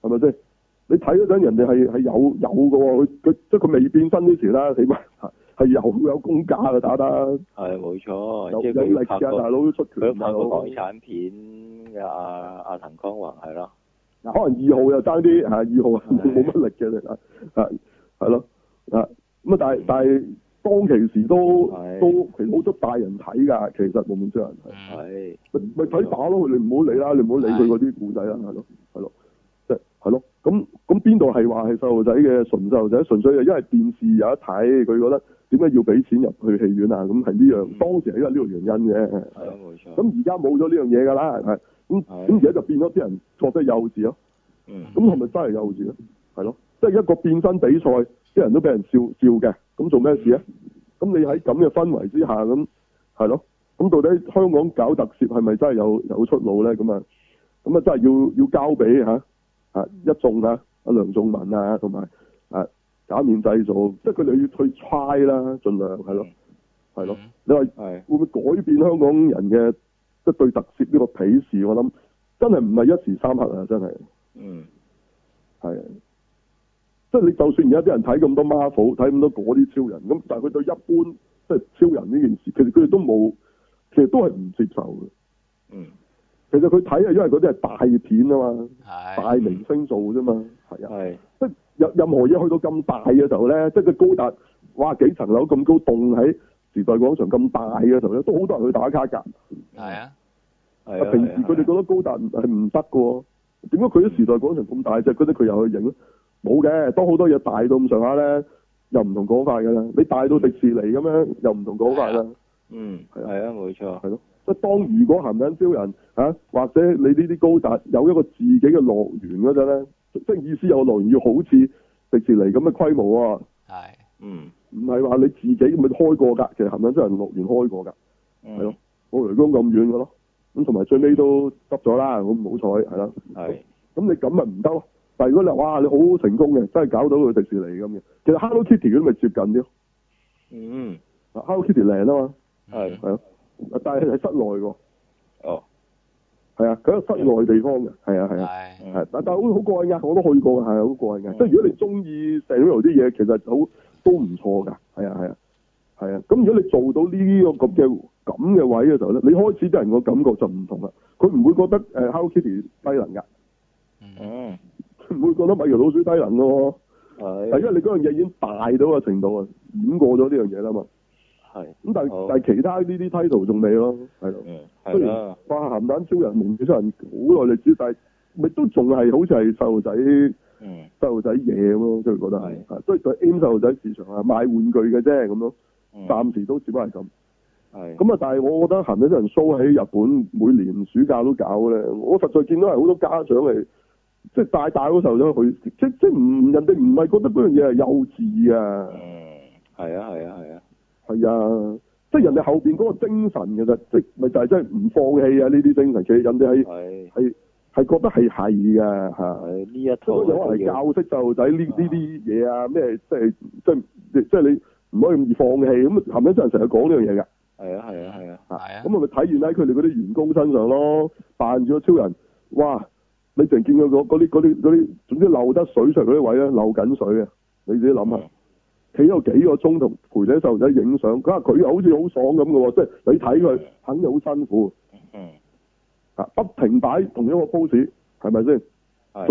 Speaker 1: 係咪先？你睇嗰陣人哋係係有有嘅喎，佢佢即係佢未變身之前啦，起碼 係係有有功架嘅打得，
Speaker 2: 係冇錯，
Speaker 1: 有
Speaker 2: 即係
Speaker 1: 有力
Speaker 2: 佢拍
Speaker 1: 嘅大佬
Speaker 2: 過
Speaker 1: 都出
Speaker 2: 佢都
Speaker 1: 拳，大
Speaker 2: 拍
Speaker 1: 佬
Speaker 2: 過港產片嘅阿阿滕康宏係咯，
Speaker 1: 可能二號又爭啲嚇，啊二號冇乜力嘅嚟啊，係咯啊咁啊！但係但係當其時都
Speaker 2: 係
Speaker 1: 都其實好多大人睇㗎，其實無面超人係
Speaker 3: 嗯
Speaker 2: 係
Speaker 1: 咪咪睇打咯，你唔好理啦，你唔好理佢嗰啲故仔啦，係咯係咯，即係係咯咁咁邊度係話係細路仔嘅純細路仔，純粹係因為電視有得睇，佢覺得點解要俾錢入去戲院啊？咁係呢樣
Speaker 2: 嗯
Speaker 1: 當時係因為呢個原因嘅，
Speaker 2: 係咯冇錯。
Speaker 1: 咁而家冇咗呢樣嘢㗎啦，係咁
Speaker 2: 係
Speaker 1: 咁而家就變咗啲人覺得幼稚咯。
Speaker 2: 嗯
Speaker 1: 咁係咪真係幼稚咧？係咯，即係一個變身比賽，啲人都俾人笑笑嘅，咁做咩事啊？咁你喺咁嘅氛圍之下，咁係咯，咁到底香港搞特攝係咪真係有有出路咧？咁啊，咁啊真係要要交俾嚇啊一眾啊阿梁仲文啊，同埋啊假面製造，即係佢哋要去 try 啦，盡量係咯，係咯，你話。會
Speaker 2: 係
Speaker 1: 唔會改變香港人嘅即係對特攝呢個鄙視？我諗真係唔係一時三刻啊！真係
Speaker 2: 嗯，
Speaker 1: 係啊，即係你就算而家啲人睇咁多 Marvel，睇咁多嗰啲超人，咁但係佢對一般即係超人呢件事，其實佢哋都冇，其實都係唔接受嘅。
Speaker 2: 嗯，
Speaker 1: 其實佢睇係因為嗰啲係大片啊嘛，大
Speaker 3: 係
Speaker 1: 明星做啫嘛，係啊，
Speaker 2: 系，
Speaker 1: 即係任任何嘢去到咁大嘅時候咧，即係佢高達，哇幾層樓咁高，棟喺時代廣場咁大嘅時候咧，都好多人去打卡㗎。
Speaker 3: 係啊，
Speaker 2: 系
Speaker 1: 啊平時佢哋覺得高達唔係唔得嘅喎，點解佢啲時代廣場咁大隻，覺得佢又去影咧？冇嘅，當好多嘢大到咁上下咧，又唔同講法㗎啦。你大到迪士尼咁樣，又唔同講法啦。
Speaker 2: 嗯，系啊，冇错，
Speaker 1: 係咯，即係當如果鹹蛋超人嚇、啊或者你呢啲高達有一個自己嘅樂園嗰陣咧，即即係意思有個樂園要好似迪士尼咁嘅規模啊，
Speaker 3: 係
Speaker 2: 嗯，
Speaker 1: 唔係話你自己咪開過㗎，其實鹹蛋超人樂園開過㗎。
Speaker 2: 系
Speaker 1: 係咯，冇雷公咁遠嘅咯。咁同埋最尾都執咗啦，好唔好彩係啦。
Speaker 2: 系，
Speaker 1: 咁你咁咪唔得咯。但係如果你話哇，你好成功嘅，真係搞到佢迪士尼咁嘅，其實 Hello Kitty 嗰啲咪接近啲咯。
Speaker 2: 嗯，
Speaker 1: 啊 Hello Kitty 靚啊嘛，
Speaker 2: 系，
Speaker 1: 係咯，但係係室內喎，
Speaker 2: 哦，
Speaker 1: 係啊，佢喺室內地方嘅，係啊係啊，
Speaker 3: 嗯係
Speaker 1: 係，但但好好過癮㗎，我都去過㗎，係啊好過癮㗎。即係如果你中意 s e r i o 啲嘢，其實好都唔錯㗎，係啊係啊係啊。咁如果你做到呢個咁嘅咁嘅位嘅時候咧，你開始啲人個感覺就唔同啦，佢唔會覺得誒 Hello Kitty 低能㗎，
Speaker 3: 嗯
Speaker 2: 嗯，
Speaker 1: 佢唔會覺得米奇老鼠低能咯喎。
Speaker 2: 系，
Speaker 1: 係因為你啊嗰樣嘢已經大到嘅程度啊，掩過咗呢樣嘢啦嘛。
Speaker 2: 系，
Speaker 1: 咁但係
Speaker 2: 好
Speaker 1: 但係其他呢啲 title 仲未咯，係啊咯。
Speaker 2: 嗯，系
Speaker 1: 雖然
Speaker 2: 啦，
Speaker 1: 哇鹹蛋超人、蒙面超人好耐歷史，但係咪都仲係好似係細路仔細
Speaker 2: 嗯，
Speaker 1: 路仔嘢咁咯，即係覺得
Speaker 2: 係
Speaker 1: 係，所以佢 aim 細路仔市場啊，賣玩具嘅啫咁咯。暫時都只不過係咁。
Speaker 2: 系，咁，
Speaker 1: 咁啊，但係我覺得鹹蛋超人 show 喺日本每年暑假都搞咧，我實在見到係好多家長係。即係帶大嗰時候咧，佢即即唔人哋唔係覺得嗰樣嘢係幼稚啊，
Speaker 2: 嗯，系啊，系啊，系啊，
Speaker 1: 係啊，即係人哋後邊嗰個精神其實即係咪就係真係唔放棄啊？呢啲精神其實人哋係
Speaker 2: 系，
Speaker 1: 係係覺得係係嘅嚇，
Speaker 2: 系呢一
Speaker 1: 即
Speaker 2: 套
Speaker 1: 係有
Speaker 2: 都
Speaker 1: 人
Speaker 2: 要，
Speaker 1: 教識細路仔呢呢啲嘢啊，咩即係即係即係你唔可以咁易放棄咁，含緊真人成日講呢樣嘢㗎
Speaker 2: 系啊，系啊，系啊，
Speaker 1: 嚇
Speaker 3: 係啊
Speaker 1: 咁我咪體現喺佢哋嗰啲員工身上咯，扮住個超人，哇！你淨見佢嗰嗰啲嗰啲嗰啲，總之漏得水出嚟嗰啲位咧，漏緊水嘅，你自己諗下。企咗幾個鐘同陪仔細路仔影相，佢話佢又好似好爽咁嘅喎，即係你睇佢肯定好辛苦
Speaker 2: 嗯，
Speaker 1: 啊，不停擺同一個 pose，係咪先？
Speaker 2: 系，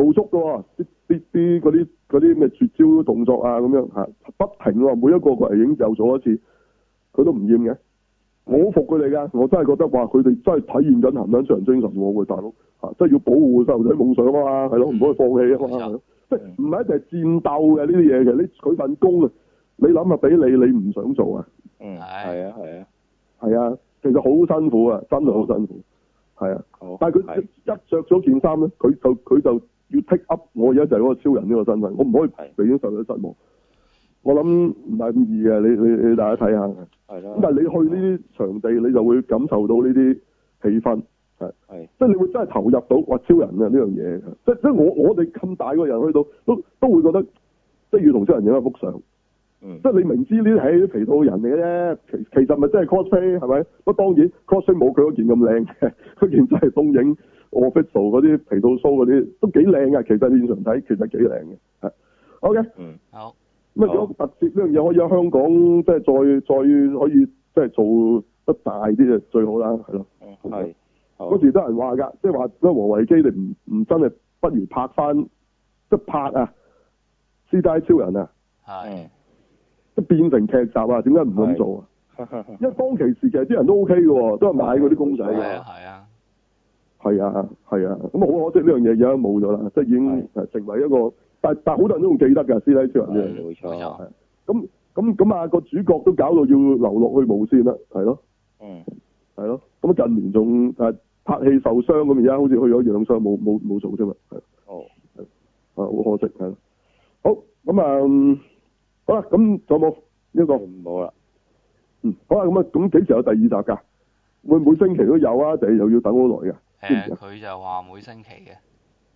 Speaker 1: 做足嘅喎，啲啲啲嗰啲嗰啲咩絕招動作啊咁樣嚇，不停喎，每一個個嚟影又做一次，佢都唔厭嘅。我好服佢哋㗎，我真係覺得哇，佢哋真係體現緊鹹蛋超人精神喎，喂大佬嚇，真係要保護細路仔夢想啊嘛，係咯，唔可以放棄啊嘛
Speaker 3: 嗯冇錯
Speaker 1: 係咯，即係唔係一定係戰鬥嘅呢啲嘢嘅，你佢份工啊，你諗下俾你，你唔想做啊？
Speaker 2: 嗯，系啊，系啊，
Speaker 1: 係啊，其實好辛苦啊，真係好辛苦。係啊，
Speaker 2: 好，
Speaker 1: 但係佢一着咗件衫咧，佢就佢就要 take up 我而家就係嗰個超人呢個身份，我唔可以
Speaker 2: 係
Speaker 1: 俾啲細路仔失望。我諗唔係咁易嘅，你你你大家睇下。咁
Speaker 2: 系啦，
Speaker 1: 但係你去呢啲場地，你就會感受到呢啲氣氛，係
Speaker 2: 系，
Speaker 1: 即係你會真係投入到哇超人啊呢樣嘢，即即係我我哋咁大個人去到都都會覺得即係要同超人影一幅相。
Speaker 2: 嗯 ừ,
Speaker 1: 即，係你明知呢啲係啲肥佬人嚟嘅啫，其其實咪真係 cosplay 係咪？不過當然 cosplay 冇佢嗰件咁靚嘅， 嗰件真係東影 official 嗰啲皮套 show 嗰啲都幾靚嘅，其實現場睇其實幾靚嘅。係 OK，咁啊
Speaker 2: 嗯，
Speaker 3: 好
Speaker 1: 如
Speaker 2: 好
Speaker 1: 果特攝呢樣嘢可以喺香港即係再再可以即係做得大啲就最好啦，係咯。
Speaker 2: 系，好
Speaker 1: 嗰，時都有人話㗎，即係話咧黃維基你唔唔真係不如拍翻即係拍啊《師奶超人》啊，
Speaker 3: 係
Speaker 2: 嗯，
Speaker 1: 即係變成劇集啊，點解唔咁做啊？因為當其時其實啲人都 OK 嘅喎，嗯都係買嗰啲公仔
Speaker 3: 係
Speaker 1: 嘅。
Speaker 3: 啊係啊
Speaker 1: 係啊，係啊，咁好可惜呢樣嘢而家冇咗啦，即係已經成為一個，但但好多人都仲記得㗎，師奶超人呢
Speaker 2: 冇
Speaker 3: 嗯冇
Speaker 2: 错，
Speaker 3: 錯
Speaker 1: 樣嘢。咁咁咁啊，個主角都搞到要流落去無線啦，係咯，
Speaker 2: 嗯，
Speaker 1: 係咯。咁啊近年仲誒拍戲受傷咁，而家好似去咗養傷，冇冇冇做啫嘛，係
Speaker 2: 好，
Speaker 1: 啊，好可惜係咯。好咁啊、嗯好啦，咁仲有冇呢個？
Speaker 2: 冇啦，
Speaker 1: 嗯，好啊，咁啊，咁幾時有第二集㗎？會每星期都有啊，定係又要等好耐㗎？知唔
Speaker 3: 誒
Speaker 1: 知啊？
Speaker 3: 佢就話每星期嘅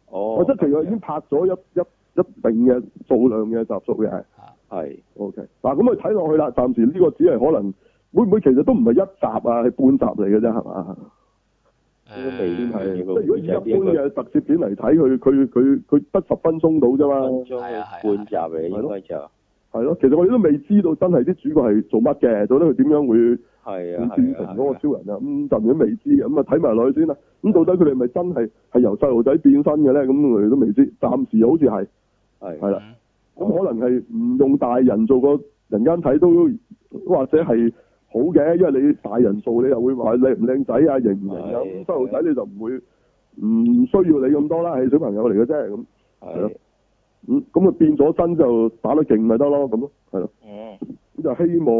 Speaker 2: 哦，
Speaker 1: 我即係其實已經拍咗一一一定嘅數量嘅集數嘅。
Speaker 3: 嚇
Speaker 2: 系，
Speaker 1: OK，嗱咁啊睇落去啦，暫時呢個只係可能會唔會其實都唔係一集啊，係半集嚟嘅啫，係嘛？
Speaker 2: 嗯應該未
Speaker 1: 先
Speaker 2: 係
Speaker 1: 係，
Speaker 2: 呢
Speaker 1: 即係
Speaker 2: 個
Speaker 1: 如果以一般嘅特攝片嚟睇，佢佢佢佢得十分鐘到啫
Speaker 2: 嗯
Speaker 1: 嘛，
Speaker 2: 半集嚟，應該就
Speaker 1: 係咯。其實我哋都未知道真係啲主角係做乜嘅，到底佢點樣會
Speaker 2: 係啊
Speaker 1: 會變
Speaker 2: 係
Speaker 1: 成
Speaker 2: 啊
Speaker 1: 嗰個超人啊？咁暫時都未知嘅，咁啊睇埋落去先啦。咁到底佢哋係咪真係係由細路仔變身嘅咧？咁我哋都未知，暫時好似係
Speaker 2: 係
Speaker 1: 係啦。
Speaker 3: 嗯
Speaker 1: 咁可能係唔用大人做個人間睇都或者係好嘅，因為你大人做你又會話靚唔靚仔啊、型唔型啊，
Speaker 2: 係
Speaker 1: 咁細路仔你就唔會唔需要你咁多啦，係小朋友嚟嘅啫咁。
Speaker 2: 係
Speaker 1: 咁咁佢啊變咗真就打得勁咪得咯，咁咯，係咯，
Speaker 2: 嗯
Speaker 1: 咁就希望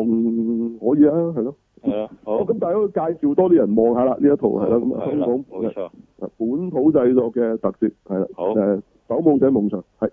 Speaker 1: 可以啊，係咯。
Speaker 2: 係咯好
Speaker 1: 哦，咁大家都介紹多啲人望下啦，呢一套係啦，咁啊
Speaker 2: 係
Speaker 1: 香
Speaker 2: 啦
Speaker 1: 港
Speaker 2: 冇錯
Speaker 1: 本土製作嘅特攝係啦，誒
Speaker 2: 好
Speaker 1: 《守墓者夢想》係。